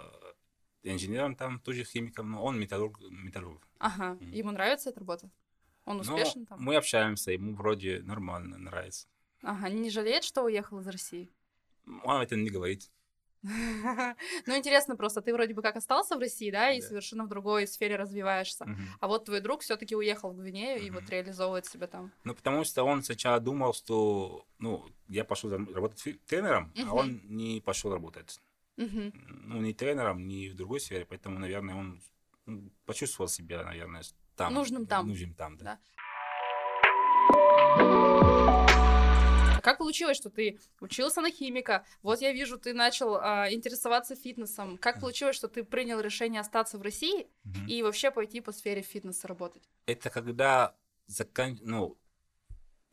Speaker 1: инженером там, тоже химиком, но он металлург, металлург.
Speaker 2: Ага.
Speaker 1: Мгм. Ну,
Speaker 2: Ему нравится эта работа? Он
Speaker 1: Но
Speaker 2: успешен там?
Speaker 1: Мы общаемся, ему вроде нормально нравится.
Speaker 2: Ага. Не жалеет, что уехал из России?
Speaker 1: Он это не говорит.
Speaker 2: Ну, интересно просто, ты вроде бы как остался в России, да, и
Speaker 1: Да.
Speaker 2: совершенно в другой сфере развиваешься.
Speaker 1: Мгм.
Speaker 2: А вот твой друг все-таки уехал в Гвинею и
Speaker 1: Мгм.
Speaker 2: вот реализовывает себя там.
Speaker 1: Ну, потому что он сначала думал, что, ну, я пошел зам- работать фи- тренером,
Speaker 2: Мгм.
Speaker 1: а он не пошел работать.
Speaker 2: Мгм.
Speaker 1: Ну, не тренером, не в другой сфере, поэтому, наверное, он ну, почувствовал себя, наверное, с- там.
Speaker 2: Нужным там.
Speaker 1: Нужным там, да.
Speaker 2: Да. А как получилось, что ты учился на химика? Вот я вижу, ты начал а, интересоваться фитнесом. Как
Speaker 1: Мгм.
Speaker 2: получилось, что ты принял решение остаться в России
Speaker 1: Мгм.
Speaker 2: и вообще пойти по сфере фитнеса работать?
Speaker 1: Это когда закан... ну,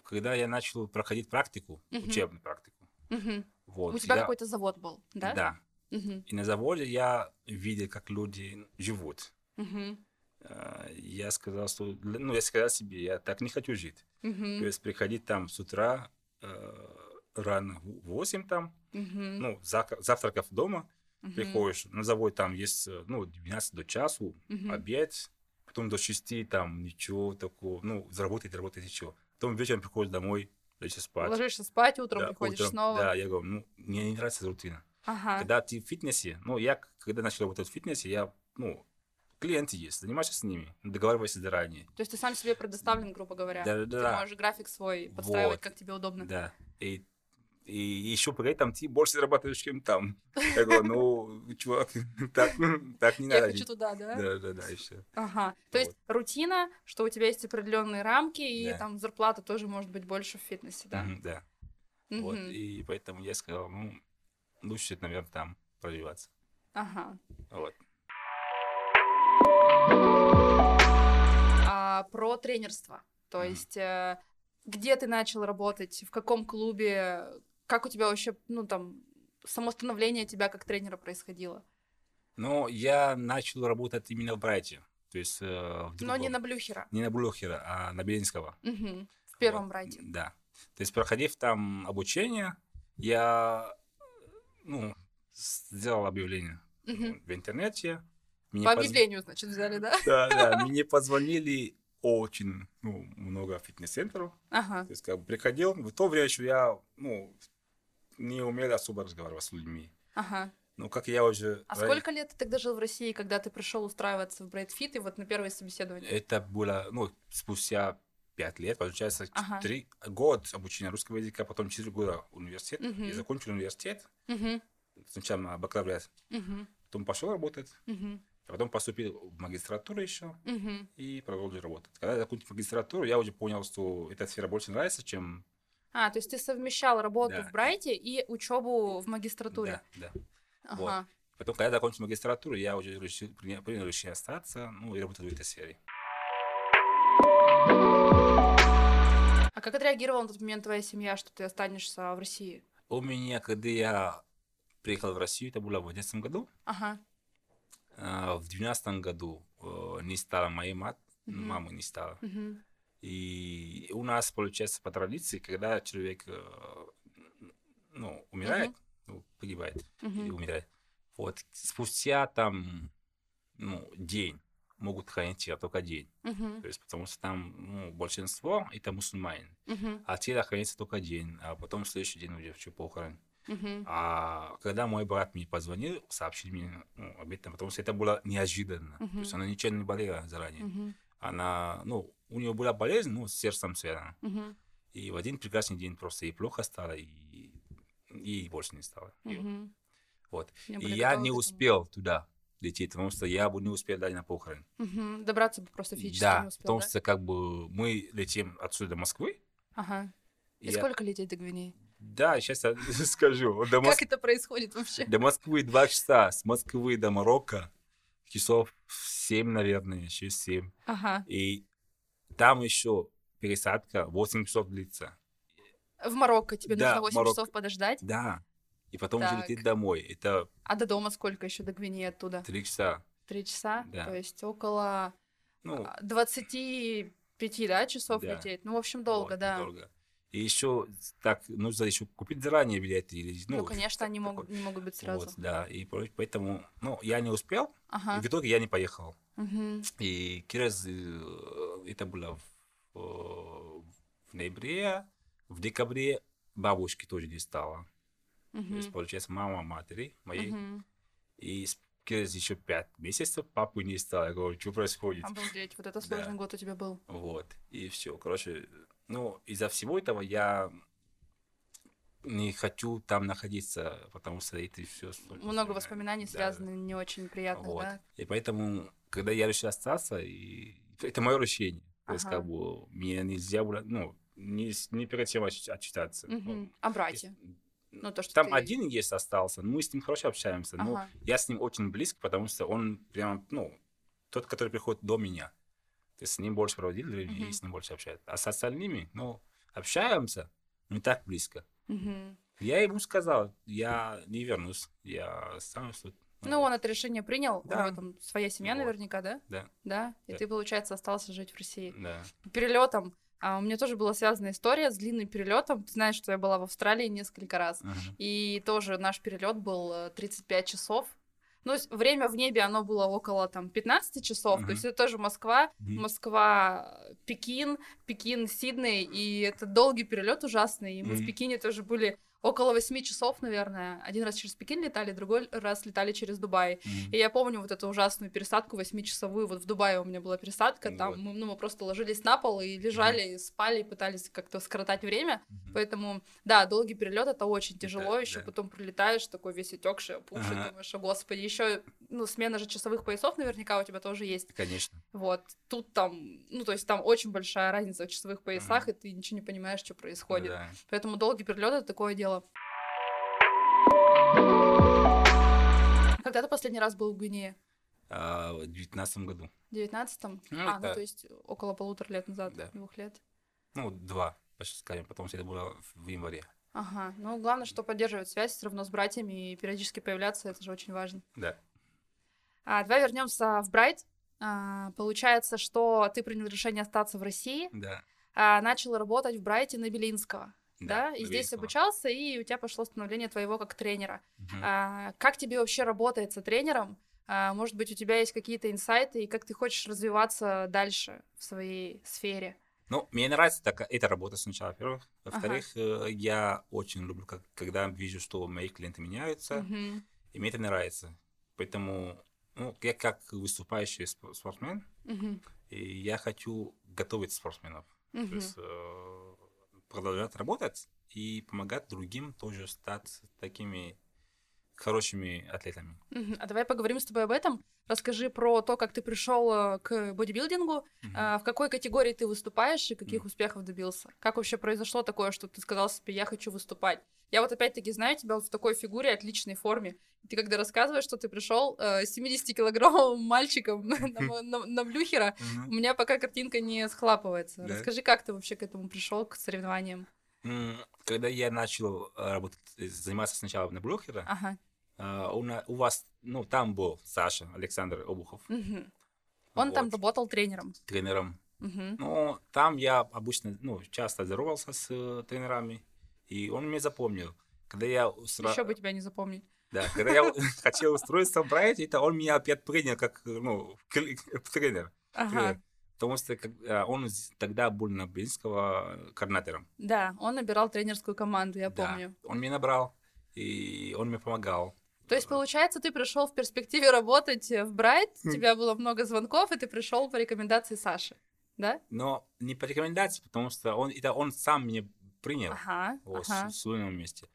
Speaker 1: когда я начал проходить практику,
Speaker 2: Мгм.
Speaker 1: учебную практику.
Speaker 2: Мгм.
Speaker 1: Вот.
Speaker 2: У тебя
Speaker 1: я-
Speaker 2: какой-то завод был, да?
Speaker 1: Да.
Speaker 2: Мгм.
Speaker 1: И на заводе я видел, как люди живут.
Speaker 2: Мгм.
Speaker 1: Э, Я сказал, что... для- Ну, я сказал себе, я так не хочу жить.
Speaker 2: Мгм.
Speaker 1: То есть приходить там с утра э, рано, в 8 там,
Speaker 2: Мгм.
Speaker 1: ну, зак- завтраков дома,
Speaker 2: Мгм.
Speaker 1: приходишь, на заводе там есть, э, ну, 12 до часу,
Speaker 2: Мгм.
Speaker 1: обед, потом до 6 там ничего такого, ну, заработать, работать еще. Потом вечером приходишь домой, дальше спать.
Speaker 2: Ложишься спать, утром
Speaker 1: Да,
Speaker 2: приходишь
Speaker 1: утром.
Speaker 2: снова.
Speaker 1: Да, я говорю, ну, мне не нравится рутина.
Speaker 2: Ага.
Speaker 1: Когда ты в фитнесе, ну, я, к- когда начал работать в фитнесе, я, ну, клиенты есть, занимаешься с ними, договаривайся заранее.
Speaker 2: То есть ты сам себе предоставлен, грубо говоря.
Speaker 1: Да, да,
Speaker 2: Ты
Speaker 1: да.
Speaker 2: можешь график свой подстраивать,
Speaker 1: Вот.
Speaker 2: как тебе удобно.
Speaker 1: Да. И И еще при этом ты больше зарабатываешь, чем там. Я говорю, ну, чувак, так, так не
Speaker 2: Я
Speaker 1: надо.
Speaker 2: хочу туда, да?
Speaker 1: Да, да, да, и все.
Speaker 2: Ага. То есть рутина, что у тебя есть определенные рамки, и
Speaker 1: Да.
Speaker 2: там зарплата тоже может быть больше в фитнесе, да?
Speaker 1: Мгм, Да. Вот,
Speaker 2: Мгм.
Speaker 1: и поэтому я сказал, ну, лучше, наверное, там развиваться.
Speaker 2: Ага.
Speaker 1: Вот.
Speaker 2: А про тренерство. То
Speaker 1: Мгм.
Speaker 2: есть, э, где ты начал работать, в каком клубе, как у тебя вообще, ну, там, само становление тебя как тренера происходило?
Speaker 1: Но я начал работать именно в Брайте. То есть э, в
Speaker 2: Но не
Speaker 1: другом-
Speaker 2: на Блюхера.
Speaker 1: не на Блохера, а на Белинского.
Speaker 2: Мгм. В первом
Speaker 1: Вот,
Speaker 2: брате.
Speaker 1: Да. То есть, проходив там обучение, я ну, сделал объявление
Speaker 2: Мгм.
Speaker 1: в интернете. Мне
Speaker 2: По
Speaker 1: позв-
Speaker 2: объявлению, значит, взяли, да?
Speaker 1: Да, да. Мне позвонили очень ну, много фитнес-центров.
Speaker 2: Ага.
Speaker 1: То есть, как бы приходил. В то время еще я ну, не умел особо разговаривать с людьми.
Speaker 2: Ага.
Speaker 1: Ну, как я уже...
Speaker 2: А
Speaker 1: ра-
Speaker 2: сколько лет ты тогда жил в России, когда ты пришел устраиваться в Брайтфит и вот на первое собеседование?
Speaker 1: Это было, ну, спустя пять лет, получается,
Speaker 2: Ага.
Speaker 1: три год обучения русского языка, потом четыре года университет.
Speaker 2: Мгм.
Speaker 1: Я закончил университет,
Speaker 2: Мгм.
Speaker 1: сначала на бакалавриат,
Speaker 2: Мгм.
Speaker 1: потом пошел работать,
Speaker 2: Мгм.
Speaker 1: а потом поступил в магистратуру еще
Speaker 2: Мгм.
Speaker 1: и продолжил работать. Когда я закончил магистратуру, я уже понял, что эта сфера больше нравится, чем...
Speaker 2: А, то есть ты совмещал работу
Speaker 1: Да.
Speaker 2: в Брайте и учебу в магистратуре.
Speaker 1: Да, да. Вот.
Speaker 2: Ага.
Speaker 1: Потом, когда я закончил магистратуру, я уже решил, приня- принял решение остаться, ну, и работать в этой сфере.
Speaker 2: А как отреагировала на тот момент твоя семья, что ты останешься в России?
Speaker 1: У меня, когда я приехал в Россию, это было в 2011 году,
Speaker 2: Ага.
Speaker 1: а, в 2012 году э, не стало моей мат-
Speaker 2: Мгм.
Speaker 1: мамы не стало.
Speaker 2: Мгм.
Speaker 1: И у нас, получается, по традиции, когда человек э, ну, умирает, ну, погибает,
Speaker 2: Мгм.
Speaker 1: или умирает. Вот спустя там ну, день могут хранить тебя только день.
Speaker 2: Мгм.
Speaker 1: То есть, потому что там ну, большинство это мусульмане.
Speaker 2: Мгм.
Speaker 1: А тело хранится только день, а потом в следующий день уже всё похорон.
Speaker 2: Мгм.
Speaker 1: А когда мой брат мне позвонил, сообщил мне ну, об этом, потому что это было неожиданно. То
Speaker 2: Мгм.
Speaker 1: есть она ничем не болела заранее.
Speaker 2: Мгм.
Speaker 1: Она, ну, у нее была болезнь, ну, с сердцем связана.
Speaker 2: Мгм.
Speaker 1: И в один прекрасный день просто ей плохо стало, и ей больше не стало. И
Speaker 2: Мгм.
Speaker 1: Вот.
Speaker 2: Не
Speaker 1: И
Speaker 2: были
Speaker 1: я
Speaker 2: готовы
Speaker 1: не
Speaker 2: к этому.
Speaker 1: успел туда лететь, потому что я бы не успел даже на похороны.
Speaker 2: Мгм. Добраться бы просто физически не
Speaker 1: Да,
Speaker 2: успел,
Speaker 1: потому
Speaker 2: да?
Speaker 1: что как бы мы летим отсюда до Москвы.
Speaker 2: Ага.
Speaker 1: и
Speaker 2: И
Speaker 1: я-
Speaker 2: сколько лететь до Гвинеи?
Speaker 1: Да, сейчас я скажу. До, Мос-
Speaker 2: Как это происходит вообще?
Speaker 1: до Москвы два часа, с Москвы до Марокко часов семь, наверное, шесть семь.
Speaker 2: Ага.
Speaker 1: И там еще пересадка 8 часов длится.
Speaker 2: В Марокко тебе
Speaker 1: Да,
Speaker 2: нужно 8
Speaker 1: Марокко.
Speaker 2: часов подождать.
Speaker 1: Да. И потом уже
Speaker 2: Так.
Speaker 1: лететь домой. Это
Speaker 2: А до дома сколько еще до Гвинеи оттуда?
Speaker 1: три часа.
Speaker 2: Три часа?
Speaker 1: Да.
Speaker 2: То есть около
Speaker 1: Ну,
Speaker 2: а, 25 да, часов
Speaker 1: Да.
Speaker 2: лететь. Ну, в общем, долго,
Speaker 1: Вот,
Speaker 2: да.
Speaker 1: Долго. И еще так нужно еще купить заранее билеты или
Speaker 2: Ну,
Speaker 1: ну,
Speaker 2: конечно,
Speaker 1: так-
Speaker 2: они
Speaker 1: такой.
Speaker 2: могут, не могут быть сразу.
Speaker 1: Вот, да. И по- поэтому, ну, я не успел,
Speaker 2: Ага.
Speaker 1: и в итоге я не поехал.
Speaker 2: Мгм.
Speaker 1: И через э, это было в, э, в ноябре, в декабре бабушки тоже не стало. То есть,
Speaker 2: Мгм.
Speaker 1: получается, мама матери моей.
Speaker 2: Мгм.
Speaker 1: И с- через еще пять месяцев папы не стало. Я говорю, что происходит?
Speaker 2: Обалдеть, вот это
Speaker 1: Да.
Speaker 2: сложный год у тебя был.
Speaker 1: Вот, и все. Короче, ну, из-за всего этого я не хочу там находиться, потому что это все...
Speaker 2: Много воспоминаний связаны, не очень приятно,
Speaker 1: Вот.
Speaker 2: да?
Speaker 1: И поэтому, когда я решил остаться, и это мое решение. То есть,
Speaker 2: Ага.
Speaker 1: как бы, мне нельзя было, ну, не, с- не перед чем отч- отчитаться. Ну,
Speaker 2: Мгм. А
Speaker 1: то есть,
Speaker 2: братья? Ну, то, что
Speaker 1: там
Speaker 2: ты-
Speaker 1: один ну, есть остался, мы с ним хорошо общаемся, но
Speaker 2: Ага.
Speaker 1: я с ним очень близко, потому что он прям, ну, тот, который приходит до меня. То есть с ним больше проводил время
Speaker 2: Мгм.
Speaker 1: и с ним больше общается. А с остальными, ну, общаемся, но не так близко.
Speaker 2: Мгм.
Speaker 1: Я ему сказал, я не вернусь, я останусь тут.
Speaker 2: Ну,
Speaker 1: вот.
Speaker 2: он это решение принял, у
Speaker 1: Да.
Speaker 2: него там своя семья
Speaker 1: Вот.
Speaker 2: наверняка, да?
Speaker 1: Да.
Speaker 2: Да? И
Speaker 1: Да.
Speaker 2: ты, получается, остался жить в России.
Speaker 1: Да.
Speaker 2: перелетом. А, у меня тоже была связана история с длинным перелетом. Ты знаешь, что я была в Австралии несколько раз.
Speaker 1: Мгм.
Speaker 2: И тоже наш перелет был э, 35 часов. Ну, с- время в небе, оно было около там 15 часов.
Speaker 1: Мгм.
Speaker 2: То есть это тоже Москва,
Speaker 1: Мгм.
Speaker 2: Москва, э, Пекин, Пекин, Сидней. И это долгий перелет ужасный. И мы в
Speaker 1: Мгм.
Speaker 2: Пекине тоже были около 8 часов, наверное. Один раз через Пекин летали, другой раз летали через Дубай. И я помню вот эту ужасную пересадку восьмичасовую. Вот в Дубае у меня была пересадка,
Speaker 1: Ну
Speaker 2: там
Speaker 1: вот.
Speaker 2: мы, ну, мы просто ложились на пол и лежали, и спали, и пытались как-то скоротать время.
Speaker 1: Мгм.
Speaker 2: Поэтому, да, долгий перелет это очень
Speaker 1: Да,
Speaker 2: тяжело. еще
Speaker 1: да.
Speaker 2: потом прилетаешь такой весь отекший, опухший,
Speaker 1: Ага.
Speaker 2: думаешь, о господи, еще ну смена же часовых поясов наверняка у тебя тоже есть.
Speaker 1: Конечно.
Speaker 2: Вот тут там, ну то есть там очень большая разница в часовых поясах, и ты ничего не понимаешь, что происходит.
Speaker 1: Да.
Speaker 2: Поэтому долгий перелет это такое дело. Когда ты последний раз был в Гвинее?
Speaker 1: А, в 19 году.
Speaker 2: В девятнадцатом?
Speaker 1: Ну,
Speaker 2: а, ну
Speaker 1: это-
Speaker 2: то есть около полутора лет назад,
Speaker 1: Да.
Speaker 2: двух лет.
Speaker 1: Ну, два, почти скажем, потому что это было в январе.
Speaker 2: Ага, ну главное, что поддерживать связь все равно с братьями и периодически появляться, это же очень важно.
Speaker 1: Да.
Speaker 2: А, давай вернемся в Брайт. А, получается, что ты принял решение остаться в России,
Speaker 1: Да.
Speaker 2: а, начал работать в Брайте на Белинского, да? И здесь
Speaker 1: Белинского.
Speaker 2: обучался, и у тебя пошло становление твоего как тренера.
Speaker 1: Мгм.
Speaker 2: А, как тебе вообще работается тренером? А, может быть, у тебя есть какие-то инсайты, и как ты хочешь развиваться дальше в своей сфере?
Speaker 1: Ну, мне нравится так, эта работа сначала, во-первых. Во-вторых, э, я очень люблю, как- когда вижу, что мои клиенты меняются,
Speaker 2: Мгм.
Speaker 1: и мне это нравится. Поэтому, ну, я как выступающий спо- спортсмен,
Speaker 2: Мгм.
Speaker 1: и я хочу готовить спортсменов.
Speaker 2: Мгм.
Speaker 1: То есть э, продолжать работать и помогать другим тоже стать такими хорошими атлетами.
Speaker 2: Мгм. А давай поговорим с тобой об этом. Расскажи про то, как ты пришел э, к бодибилдингу,
Speaker 1: Мгм.
Speaker 2: а, в какой категории ты выступаешь и каких
Speaker 1: Мгм.
Speaker 2: успехов добился. Как вообще произошло такое, что ты сказал себе, я хочу выступать. Я вот опять-таки знаю тебя вот в такой фигуре, отличной форме. И Ты когда рассказываешь, что ты пришел 70-килограммовым мальчиком на мо- на на блюхера, у
Speaker 1: Мгм.
Speaker 2: меня пока картинка не схлапывается.
Speaker 1: Да.
Speaker 2: Расскажи, как ты вообще к этому пришел, к соревнованиям?
Speaker 1: М, Когда я начал э, работать, э, заниматься сначала на блокера,
Speaker 2: Ага.
Speaker 1: А, у, на- у вас, ну, там был Саша Александр Обухов.
Speaker 2: Мгм. Он там
Speaker 1: вот,
Speaker 2: работал тренером.
Speaker 1: тренером.
Speaker 2: Мгм.
Speaker 1: Ну, там я обычно, ну, часто здоровался с э, тренерами, и он меня запомнил. Когда я, усра-
Speaker 2: Еще бы тебя не запомнить.
Speaker 1: да, когда я хотел устроиться в Брайт, это он меня опять принял как, э, ну, в кли- в тренер.
Speaker 2: Ага.
Speaker 1: тренер. Потому что как- а, он з- тогда был на Белинского координатором.
Speaker 2: Да, он набирал тренерскую команду, я
Speaker 1: Да.
Speaker 2: помню.
Speaker 1: Он меня набрал, и он мне помогал.
Speaker 2: То есть, получается, ты пришел в перспективе работать э, в Брайт, у
Speaker 1: Хм.
Speaker 2: тебя было много звонков, и ты пришел по рекомендации Саши, да?
Speaker 1: Но не по рекомендации, потому что он, это он сам меня принял.
Speaker 2: Ага,
Speaker 1: вот,
Speaker 2: ага.
Speaker 1: в своем месте.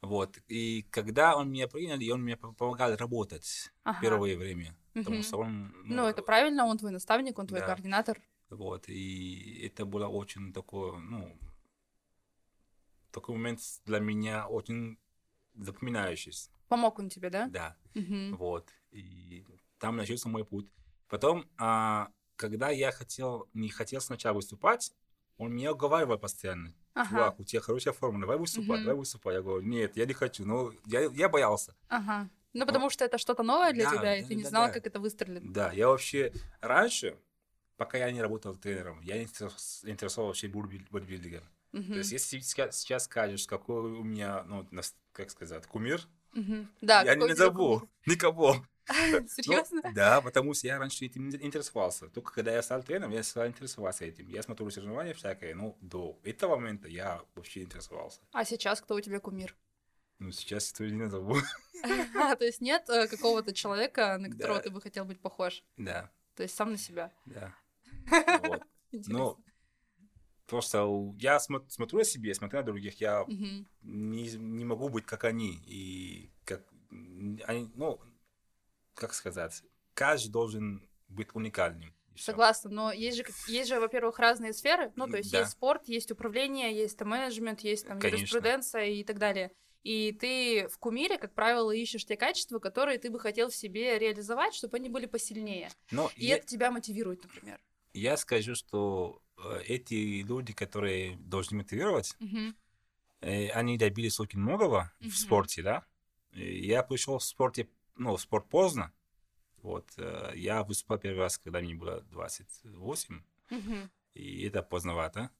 Speaker 1: Вот, и когда он меня принял, и он мне по- помогал работать
Speaker 2: ага.
Speaker 1: первое время, потому
Speaker 2: Мгм.
Speaker 1: что он...
Speaker 2: Ну, это правильно, он твой наставник, он твой
Speaker 1: Да.
Speaker 2: координатор.
Speaker 1: Вот, и это было очень такое, ну, такой момент для меня очень запоминающийся,
Speaker 2: Помог он тебе, да?
Speaker 1: да, Ну,
Speaker 2: Мгм.
Speaker 1: вот, и там начался мой путь. Потом, а, когда я хотел, не хотел сначала выступать, он меня уговаривал постоянно,
Speaker 2: Ага,
Speaker 1: чувак, у тебя хорошая форма, давай выступай,
Speaker 2: Мгм.
Speaker 1: давай выступай. Я говорю, нет, я не хочу, но я, я боялся.
Speaker 2: ага. Ну, потому что это что-то новое для
Speaker 1: Да,
Speaker 2: тебя, и
Speaker 1: да,
Speaker 2: ты не
Speaker 1: да,
Speaker 2: знал,
Speaker 1: да.
Speaker 2: как это выстрелит.
Speaker 1: Да, я вообще раньше, пока я не работал тренером, я не интерес- интересовал вообще бодибил- бодибилдингом.
Speaker 2: Мгм.
Speaker 1: То есть, если ты ска- сейчас скажешь, какой у меня, ну, нас- как сказать, кумир,
Speaker 2: Мгм. Да,
Speaker 1: я
Speaker 2: какой
Speaker 1: не
Speaker 2: у тебя
Speaker 1: назову
Speaker 2: был?
Speaker 1: никого. Ну,
Speaker 2: Серьезно?
Speaker 1: да, потому что я раньше этим не интересовался. Только когда я стал тренером, я стал интересоваться этим. Я смотрю соревнования всякое, но до этого момента я вообще интересовался.
Speaker 2: А сейчас кто у тебя кумир?
Speaker 1: Ну, сейчас это не назову.
Speaker 2: А, То есть нет э, какого-то человека, на которого
Speaker 1: Да.
Speaker 2: ты бы хотел быть похож?
Speaker 1: Да,
Speaker 2: То есть сам на себя.
Speaker 1: да. Вот.
Speaker 2: Интересно.
Speaker 1: Ну, просто у- я смо- смотрю на себе, смотрю на других, я
Speaker 2: Мгм.
Speaker 1: не, не могу быть как они. И как, м, они, ну, как сказать, каждый должен быть уникальным. и всё.
Speaker 2: Согласна, но есть же, как- есть же, во-первых, разные сферы, ну, то есть
Speaker 1: Да.
Speaker 2: есть спорт, есть управление, есть там менеджмент, есть там
Speaker 1: Конечно.
Speaker 2: юриспруденция и так далее. И ты в кумире, как правило, ищешь те качества, которые ты бы хотел в себе реализовать, чтобы они были посильнее.
Speaker 1: Но
Speaker 2: И
Speaker 1: я,
Speaker 2: это тебя мотивирует, например.
Speaker 1: я скажу, что э, эти люди, которые должны мотивировать, э, они добились очень многого
Speaker 2: Мгм.
Speaker 1: в спорте, да. И я пришел в спорте, ну, в спорт поздно. Вот, э, я выступал первый раз, когда мне было 28.
Speaker 2: Мгм.
Speaker 1: и это поздновато.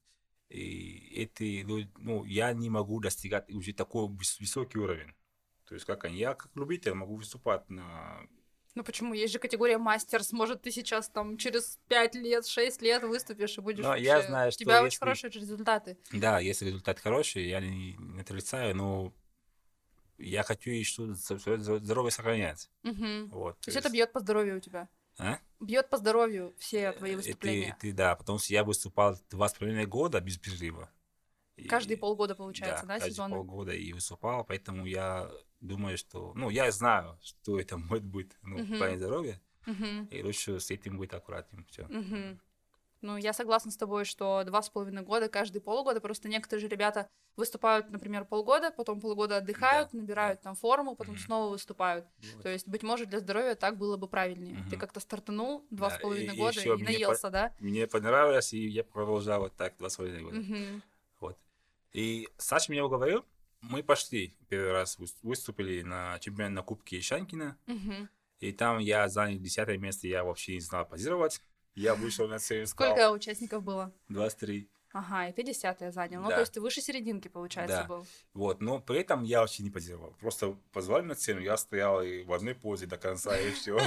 Speaker 1: И эти лю- ну, я не могу достигать уже такой выс- высокий уровень. То есть, как они, я как любитель могу выступать на
Speaker 2: Ну почему? Есть же категория мастерс. Может, ты сейчас там через 5 лет, 6 лет выступишь и будешь...
Speaker 1: Но я
Speaker 2: вообще-
Speaker 1: знаю,
Speaker 2: У
Speaker 1: что
Speaker 2: тебя очень
Speaker 1: если-
Speaker 2: хорошие результаты.
Speaker 1: Да, если результат хороший, я не, не отрицаю, но я хочу и что здоровье сохранять.
Speaker 2: Мгм.
Speaker 1: Вот.
Speaker 2: То есть это бьет по здоровью у тебя.
Speaker 1: А? Э,
Speaker 2: Бьет по здоровью все твои
Speaker 1: И ты-
Speaker 2: выступления.
Speaker 1: ты- да, потому что я выступал два с половиной года без перерыва. И-
Speaker 2: Каждые полгода, получается, да,
Speaker 1: каждые
Speaker 2: сезоны?
Speaker 1: полгода и выступал, поэтому я думаю, что... Ну, я знаю, что это может быть ну, в
Speaker 2: Мгм.
Speaker 1: плане здоровья,
Speaker 2: Мгм.
Speaker 1: и лучше с этим быть аккуратным. Все.
Speaker 2: Мгм. Ну, я согласна с тобой, что два с половиной года, каждые полгода, просто некоторые же ребята выступают, например, полгода, потом полгода отдыхают, набирают там форму, потом
Speaker 1: Мгм.
Speaker 2: снова выступают. То есть, быть может, для здоровья так было бы правильнее. Ты
Speaker 1: Мгм.
Speaker 2: как-то стартанул два
Speaker 1: Да,
Speaker 2: с половиной
Speaker 1: и- и
Speaker 2: года и,
Speaker 1: ещё мне по-
Speaker 2: наелся, да?
Speaker 1: Мне понравилось, и я продолжал вот так два с половиной года.
Speaker 2: Мгм.
Speaker 1: Вот. И Саша меня уговорил, мы пошли первый раз, выс- выступили на чемпионате на Кубке Шанкина,
Speaker 2: Мгм.
Speaker 1: и там я занял десятое место, я вообще не знал позировать. Я вышел на сцену, сказал,
Speaker 2: Сколько участников было?
Speaker 1: 23.
Speaker 2: Ага, и ты десятая занял. Ну,
Speaker 1: Да.
Speaker 2: то есть ты выше серединки, получается,
Speaker 1: Да.
Speaker 2: был.
Speaker 1: Вот, но при этом я вообще не позировал. Просто позвали на сцену, я стоял и в одной позе до конца, и все.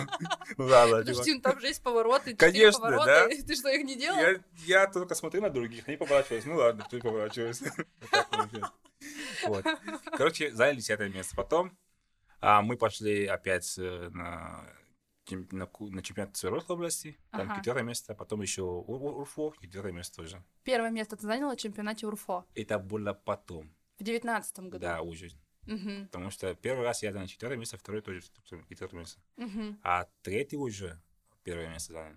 Speaker 2: Подожди, ну там же есть повороты, четыре
Speaker 1: Конечно,
Speaker 2: поворота.
Speaker 1: да.
Speaker 2: Ты что, их не делал?
Speaker 1: Я, я только смотрю на других, они поворачиваются. Ну ладно, ты поворачивайся. Вот так вообще. Вот. Короче, заняли десятое место. Потом а, мы пошли опять э, на, чем- на, ку- на чемпионат Свердловской области. Там
Speaker 2: Ага.
Speaker 1: четвертое место, потом еще Урфо, четвертое место тоже.
Speaker 2: Первое место ты заняла в чемпионате УРФО
Speaker 1: Это было потом,
Speaker 2: в девятнадцатом году.
Speaker 1: да, уже.
Speaker 2: Мгм.
Speaker 1: Потому что первый раз я занял четвертое место, второй тоже четвертое место.
Speaker 2: Мгм.
Speaker 1: А третий уже первое место занял.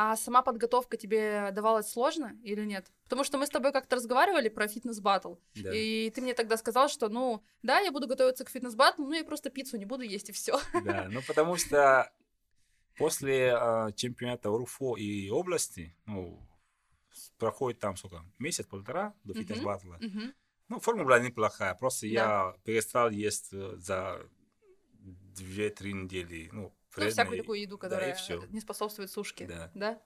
Speaker 2: А сама подготовка тебе давалась сложно или нет? Потому что мы с тобой как-то разговаривали про фитнес-баттл,
Speaker 1: Да.
Speaker 2: и ты мне тогда сказал, что, ну, да, я буду готовиться к фитнес-баттлу, но я просто пиццу не буду есть, и все.
Speaker 1: Да, ну потому что после а, чемпионата УРФО и области, ну, с- проходит там сколько, месяц-полтора до
Speaker 2: Мгм.
Speaker 1: фитнес-баттла. Ну, форма была неплохая, просто я перестал есть э, за 2-3 недели, ну,
Speaker 2: Ну,
Speaker 1: вредно
Speaker 2: всякую
Speaker 1: и-
Speaker 2: такую еду,
Speaker 1: да, и
Speaker 2: которая
Speaker 1: всё.
Speaker 2: не способствует сушке.
Speaker 1: Да.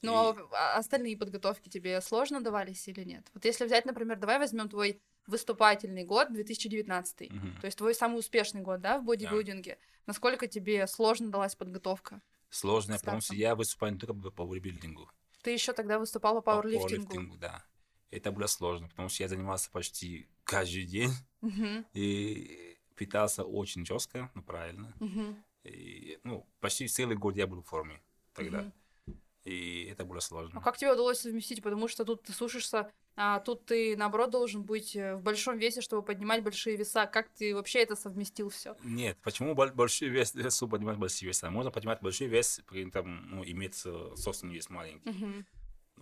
Speaker 2: Ну, а в- а остальные подготовки тебе сложно давались или нет? Вот если взять, например, давай возьмем твой выступательный год 2019,
Speaker 1: Мгм.
Speaker 2: а то есть твой самый успешный год, да, в бодибилдинге. Насколько тебе сложно далась подготовка?
Speaker 1: Сложная, потому что
Speaker 2: стартом.
Speaker 1: я выступаю не только по по бодибилдингу,
Speaker 2: Ты еще тогда выступала по
Speaker 1: по
Speaker 2: пауэрлифтингу.
Speaker 1: пауэрлифтингу, да. Это было сложно, потому что я занимался почти каждый день
Speaker 2: Мгм,
Speaker 1: и питался очень жестко, ну, правильно.
Speaker 2: мгм,
Speaker 1: И, ну, почти целый год я был в форме тогда.
Speaker 2: мгм.
Speaker 1: И это было сложно.
Speaker 2: А как тебе удалось совместить? Потому что тут ты сушишься, а тут ты, наоборот, должен быть э, в большом весе, чтобы поднимать большие веса. Как ты вообще это совместил все?
Speaker 1: Нет, почему бол- большой вес, весу поднимать большой вес? А Можно поднимать большой вес, при этом ну, иметь э, собственный вес маленький. Ну,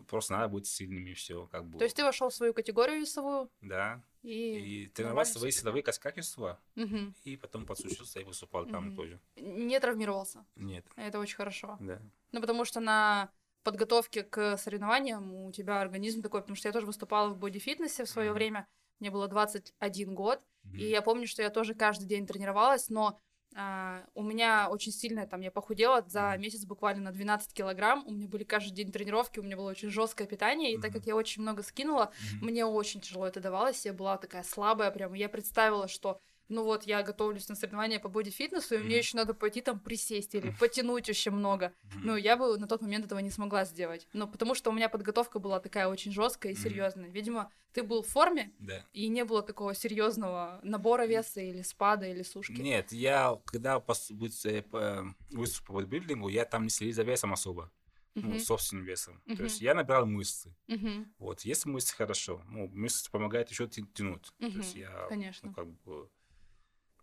Speaker 1: Просто надо быть сильными, все как бы.
Speaker 2: То есть ты вошел в свою категорию весовую
Speaker 1: Да.
Speaker 2: и...
Speaker 1: И тренировал
Speaker 2: нормально
Speaker 1: свои
Speaker 2: всё.
Speaker 1: силовые кас- качества,
Speaker 2: Мгм.
Speaker 1: и потом подсушился и выступал там
Speaker 2: Мгм.
Speaker 1: тоже.
Speaker 2: Не травмировался.
Speaker 1: Нет,
Speaker 2: Это очень хорошо.
Speaker 1: да.
Speaker 2: Ну, потому что на подготовке к соревнованиям у тебя организм такой, потому что я тоже выступала в бодифитнесе в свое
Speaker 1: Мгм.
Speaker 2: время. Мне было 21 год,
Speaker 1: Мгм.
Speaker 2: И я помню, что я тоже каждый день тренировалась, но а, у меня очень сильно там я похудела за
Speaker 1: Мгм.
Speaker 2: месяц буквально на 12 килограмм. У меня были каждый день тренировки, у меня было очень жесткое питание, и так как
Speaker 1: Мгм.
Speaker 2: я очень много скинула,
Speaker 1: Мгм.
Speaker 2: мне очень тяжело это давалось. Я была такая слабая, прям. Я представила, что ну вот я готовлюсь на соревнования по бодифитнесу, и мне
Speaker 1: Мгм.
Speaker 2: еще надо пойти там присесть или потянуть очень много.
Speaker 1: Мгм.
Speaker 2: Ну, я бы на тот момент этого не смогла сделать. Но потому что у меня подготовка была такая очень жесткая и
Speaker 1: Мгм.
Speaker 2: серьезная. Видимо, ты был в форме,
Speaker 1: Да.
Speaker 2: и не было такого серьезного набора веса или спада или сушки.
Speaker 1: Нет, я когда пос- выс- э, п- э, выступил по бодибилдингу, я там не следил за весом особо, ну,
Speaker 2: Мгм,
Speaker 1: собственным весом. То
Speaker 2: Мгм.
Speaker 1: есть я набирал мышцы.
Speaker 2: мгм,
Speaker 1: Вот, если мышцы хорошо, ну, мышцы помогают еще тянуть. То есть
Speaker 2: Мгм,
Speaker 1: я, ну,
Speaker 2: Конечно.
Speaker 1: как бы,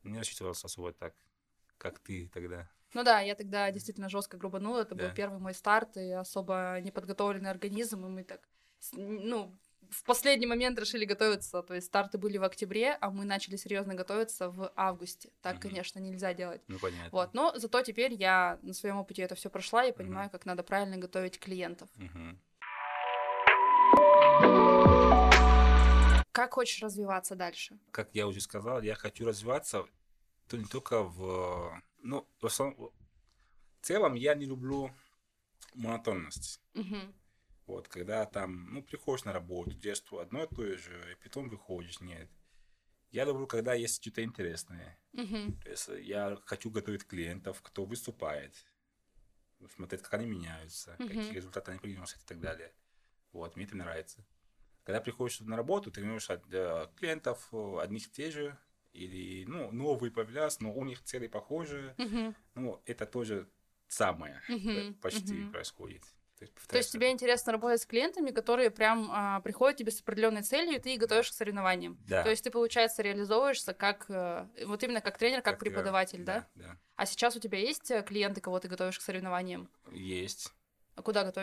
Speaker 1: не рассчитывался особо так, как ты тогда.
Speaker 2: Ну да, я тогда действительно жестко грубанула. Это был
Speaker 1: Да.
Speaker 2: первый мой старт и особо неподготовленный организм, и мы так, с- ну, в последний момент решили готовиться. То есть старты были в октябре, а мы начали серьезно готовиться в августе. Так,
Speaker 1: Мгм.
Speaker 2: конечно, нельзя делать.
Speaker 1: Ну, понятно.
Speaker 2: Вот, но зато теперь я на своем опыте это все прошла и
Speaker 1: Мгм.
Speaker 2: понимаю, как надо правильно готовить клиентов.
Speaker 1: Мгм.
Speaker 2: Как хочешь развиваться дальше?
Speaker 1: Как я уже сказал, я хочу развиваться то не только в... э, Ну, в, основном- в целом я не люблю монотонность.
Speaker 2: Мгм,
Speaker 1: Вот, когда там, ну, приходишь на работу, делаешь то- одно и то же, и потом выходишь, нет. Я люблю, когда есть что-то интересное.
Speaker 2: Мгм.
Speaker 1: То есть я хочу готовить клиентов, кто выступает, смотреть, как они меняются,
Speaker 2: Мгм.
Speaker 1: какие результаты они приносят и так далее. Вот, мне это нравится. Когда приходишь на работу, ты имеешь от, э, клиентов э, одних и тех же, или ну, новые появляются, но у них цели похожие.
Speaker 2: Мгм.
Speaker 1: Ну, это тоже самое
Speaker 2: Мгм.
Speaker 1: п- Э, почти Э,
Speaker 2: Мгм.
Speaker 1: происходит. То есть,
Speaker 2: То есть
Speaker 1: повторяется.
Speaker 2: тебе интересно работать с клиентами, которые прям а, приходят тебе с определенной целью, и ты их готовишь к соревнованиям.
Speaker 1: да.
Speaker 2: То есть ты, получается, реализовываешься как э, вот именно как тренер, как,
Speaker 1: э,
Speaker 2: преподаватель, да?
Speaker 1: Да,
Speaker 2: А сейчас у тебя есть э, клиенты, кого ты готовишь к соревнованиям?
Speaker 1: да. Есть.
Speaker 2: А куда готовитесь?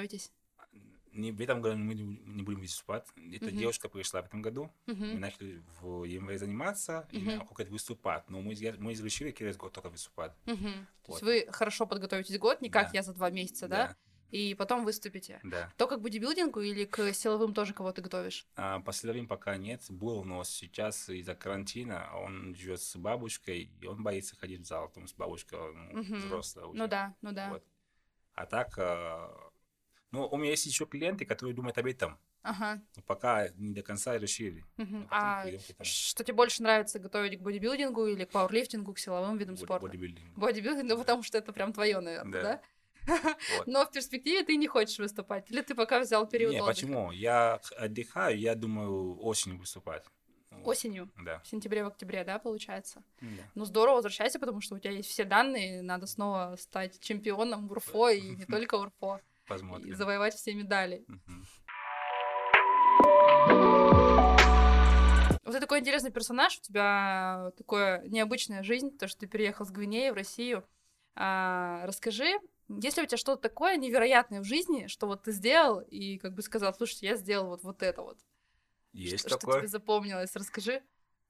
Speaker 1: Не, в этом году мы не бу- не будем выступать. Эта
Speaker 2: Мгм.
Speaker 1: девушка пришла в этом году. Мы
Speaker 2: Мгм.
Speaker 1: начали в январе заниматься, и
Speaker 2: Мгм.
Speaker 1: нам хотят выступать. Но мы, изля- мы решили через год только выступать.
Speaker 2: Мгм.
Speaker 1: Вот.
Speaker 2: То есть вы хорошо подготовитесь год, не как
Speaker 1: Да.
Speaker 2: я за два месяца, да? И потом выступите.
Speaker 1: Да. да.
Speaker 2: То как бодибилдингу или к силовым тоже кого ты готовишь?
Speaker 1: А, по силовым пока нет, был, но сейчас из-за карантина он живет с бабушкой, и он боится ходить в зал, потому что бабушка ну,
Speaker 2: Мгм.
Speaker 1: взрослая уже.
Speaker 2: Ну да, ну да.
Speaker 1: Вот. А так, а, ну, у меня есть еще клиенты, которые думают об этом,
Speaker 2: Ага.
Speaker 1: но пока не до конца решили.
Speaker 2: мгм.
Speaker 1: Но потом
Speaker 2: А
Speaker 1: придем к этому.
Speaker 2: что тебе больше нравится готовить к бодибилдингу или к пауэрлифтингу, к силовым видам
Speaker 1: Бод-
Speaker 2: спорта?
Speaker 1: бодибилдинг.
Speaker 2: Бодибилдинг, ну
Speaker 1: Да.
Speaker 2: потому что это прям твое, наверное, да?
Speaker 1: Да. Вот.
Speaker 2: Но в перспективе ты не хочешь выступать, или ты пока взял период
Speaker 1: Не,
Speaker 2: отдыха?
Speaker 1: почему? Я х- отдыхаю, я думаю осенью выступать. Вот.
Speaker 2: Осенью,
Speaker 1: Да.
Speaker 2: в сентябре, в октябре, да, получается?
Speaker 1: Да.
Speaker 2: Ну, здорово, возвращайся, потому что у тебя есть все данные, надо снова стать чемпионом УРФО и не только УРФО, и
Speaker 1: Посмотрим.
Speaker 2: завоевать все медали.
Speaker 1: Мгм.
Speaker 2: Вот ты такой интересный персонаж, у тебя такая необычная жизнь, то, что ты переехал с Гвинеи в Россию. А, расскажи, есть ли у тебя что-то такое невероятное в жизни, что вот ты сделал и как бы сказал, слушайте, я сделал вот, вот это вот.
Speaker 1: Есть
Speaker 2: что, что
Speaker 1: такое.
Speaker 2: тебе запомнилось, расскажи.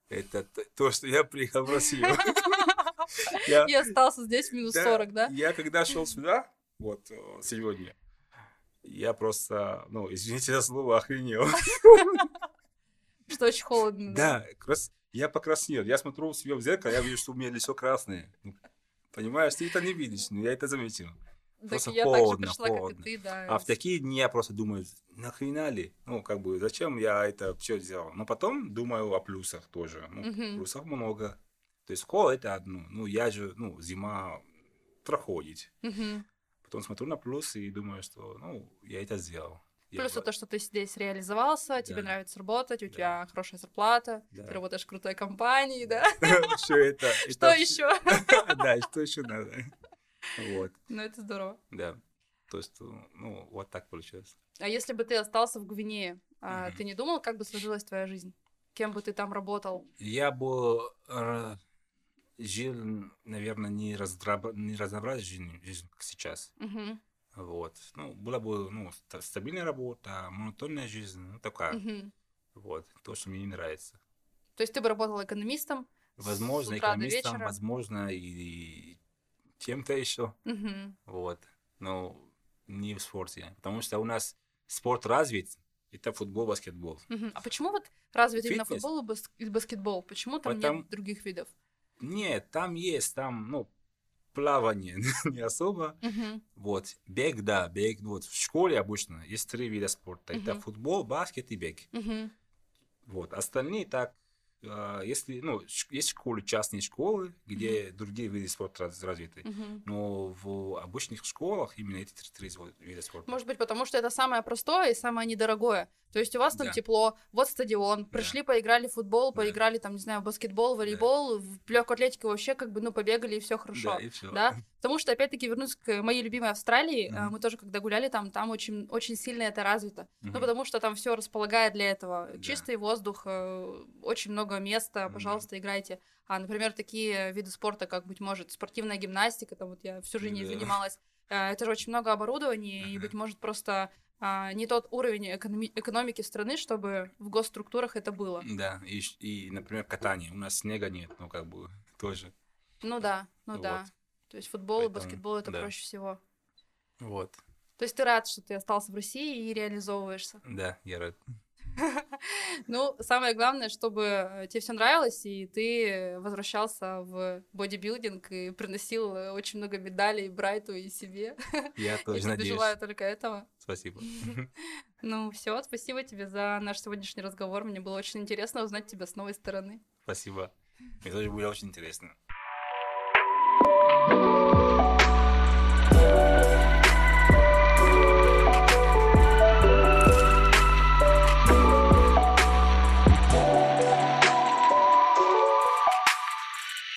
Speaker 1: Это т- то, что я приехал в Россию. Я-
Speaker 2: И остался здесь в минус 40, да?
Speaker 1: Я когда шел сюда, вот э, сегодня, я просто, ну, извините за слово, охренел.
Speaker 2: Что очень холодно.
Speaker 1: Да, крас- я покраснел. Я смотрю в себя в зеркало, я вижу, что у меня лицо красное. Ну, Понимаешь, ты это не видишь, но я это заметил.
Speaker 2: Так
Speaker 1: просто
Speaker 2: я
Speaker 1: холодно,
Speaker 2: так же пришла, как и
Speaker 1: холодно.
Speaker 2: ты, да.
Speaker 1: А в такие дни я просто думаю, нахрена ли? Ну, как бы, зачем я это все сделал? Но потом думаю о плюсах тоже. Ну,
Speaker 2: Мгм.
Speaker 1: плюсов много. То есть холод это одно. Ну, я же, ну, зима проходит.
Speaker 2: Мгм.
Speaker 1: Потом смотрю на плюсы и думаю, что, ну, я это сделал. Я
Speaker 2: Плюс
Speaker 1: вла-
Speaker 2: это, что ты здесь реализовался, тебе
Speaker 1: Да.
Speaker 2: нравится работать, у
Speaker 1: Да.
Speaker 2: тебя хорошая зарплата,
Speaker 1: Да.
Speaker 2: ты работаешь в крутой компании, да?
Speaker 1: Всё это.
Speaker 2: Что еще?
Speaker 1: Да, что еще надо? Вот,
Speaker 2: Ну, это здорово.
Speaker 1: да. То есть, ну, вот так получилось.
Speaker 2: А если бы ты остался в Гвинее, а,
Speaker 1: Мгм.
Speaker 2: ты не думал, как бы сложилась твоя жизнь? Кем бы ты там работал?
Speaker 1: Я бы э, жил, наверное, не, раздраб... не разнообразной жизнью, жизнью, как сейчас.
Speaker 2: Мгм.
Speaker 1: Вот. Ну, была бы, ну, ста- стабильная работа, монотонная жизнь, ну, такая.
Speaker 2: Мгм.
Speaker 1: Вот, то, что мне не нравится.
Speaker 2: То есть ты бы работал экономистом? с
Speaker 1: Возможно,
Speaker 2: утра до
Speaker 1: экономистом,
Speaker 2: вечера?
Speaker 1: возможно, и чем-то еще.
Speaker 2: Мгм.
Speaker 1: Вот. Но не в спорте. Потому что у нас спорт развит. Это футбол, баскетбол.
Speaker 2: Мгм. А почему вот развит именно
Speaker 1: Фитнес.
Speaker 2: футбол и бас- и баскетбол? Почему там
Speaker 1: Потом-
Speaker 2: нет других видов?
Speaker 1: Нет, там есть, там, ну, плавание не особо.
Speaker 2: Мгм.
Speaker 1: Вот. Бег, да, бег. Вот в школе обычно есть три вида спорта. Это
Speaker 2: Мгм.
Speaker 1: футбол, баскет и бег.
Speaker 2: Мгм.
Speaker 1: Вот. Остальные так, а, если, ну, ш- есть школы, частные школы, где другие виды спорта раз- развиты.
Speaker 2: Мгм.
Speaker 1: Но в обычных школах именно эти три, три вида спорта.
Speaker 2: Может быть, потому что это самое простое и самое недорогое. То есть у вас там
Speaker 1: Да.
Speaker 2: тепло, вот стадион, пришли, поиграли в футбол,
Speaker 1: Да.
Speaker 2: поиграли там, не знаю, в баскетбол, волейбол, в легкую атлетику вообще как бы, ну, побегали и все хорошо.
Speaker 1: Да, и всё.
Speaker 2: Да? Потому что, опять-таки, вернусь к моей любимой Австралии.
Speaker 1: Мгм.
Speaker 2: а, Мы тоже, когда гуляли там, там очень, очень сильно это развито. Ну,
Speaker 1: Мгм.
Speaker 2: потому что там все располагает для этого.
Speaker 1: Да.
Speaker 2: Чистый воздух, э, очень много места,
Speaker 1: Мгм.
Speaker 2: пожалуйста, играйте. А, например, такие виды спорта, как, быть может, спортивная гимнастика, там вот я всю жизнь ей
Speaker 1: Да.
Speaker 2: занималась. Э, Это же очень много оборудования, и,
Speaker 1: Мгм.
Speaker 2: быть может, просто а, не тот уровень экономи- экономики страны, чтобы в госструктурах это было.
Speaker 1: Да, и, щ- и, например, катание. У нас снега нет, ну, как бы, тоже.
Speaker 2: Ну да, ну
Speaker 1: Вот.
Speaker 2: да. То есть футбол и
Speaker 1: Поэтому,
Speaker 2: баскетбол это
Speaker 1: да.
Speaker 2: проще всего.
Speaker 1: Вот.
Speaker 2: То есть ты рад, что ты остался в России и реализовываешься.
Speaker 1: Да, я рад.
Speaker 2: Ну, самое главное, чтобы э, тебе все нравилось, и ты возвращался в бодибилдинг и приносил э, очень много медалей Брайту и себе.
Speaker 1: Я
Speaker 2: Я
Speaker 1: тоже
Speaker 2: тебе
Speaker 1: надеюсь.
Speaker 2: желаю только этого.
Speaker 1: Спасибо.
Speaker 2: Ну, все, спасибо тебе за наш сегодняшний разговор. Мне было очень интересно узнать тебя с новой стороны.
Speaker 1: Спасибо. Мне тоже было очень интересно.
Speaker 2: Thank you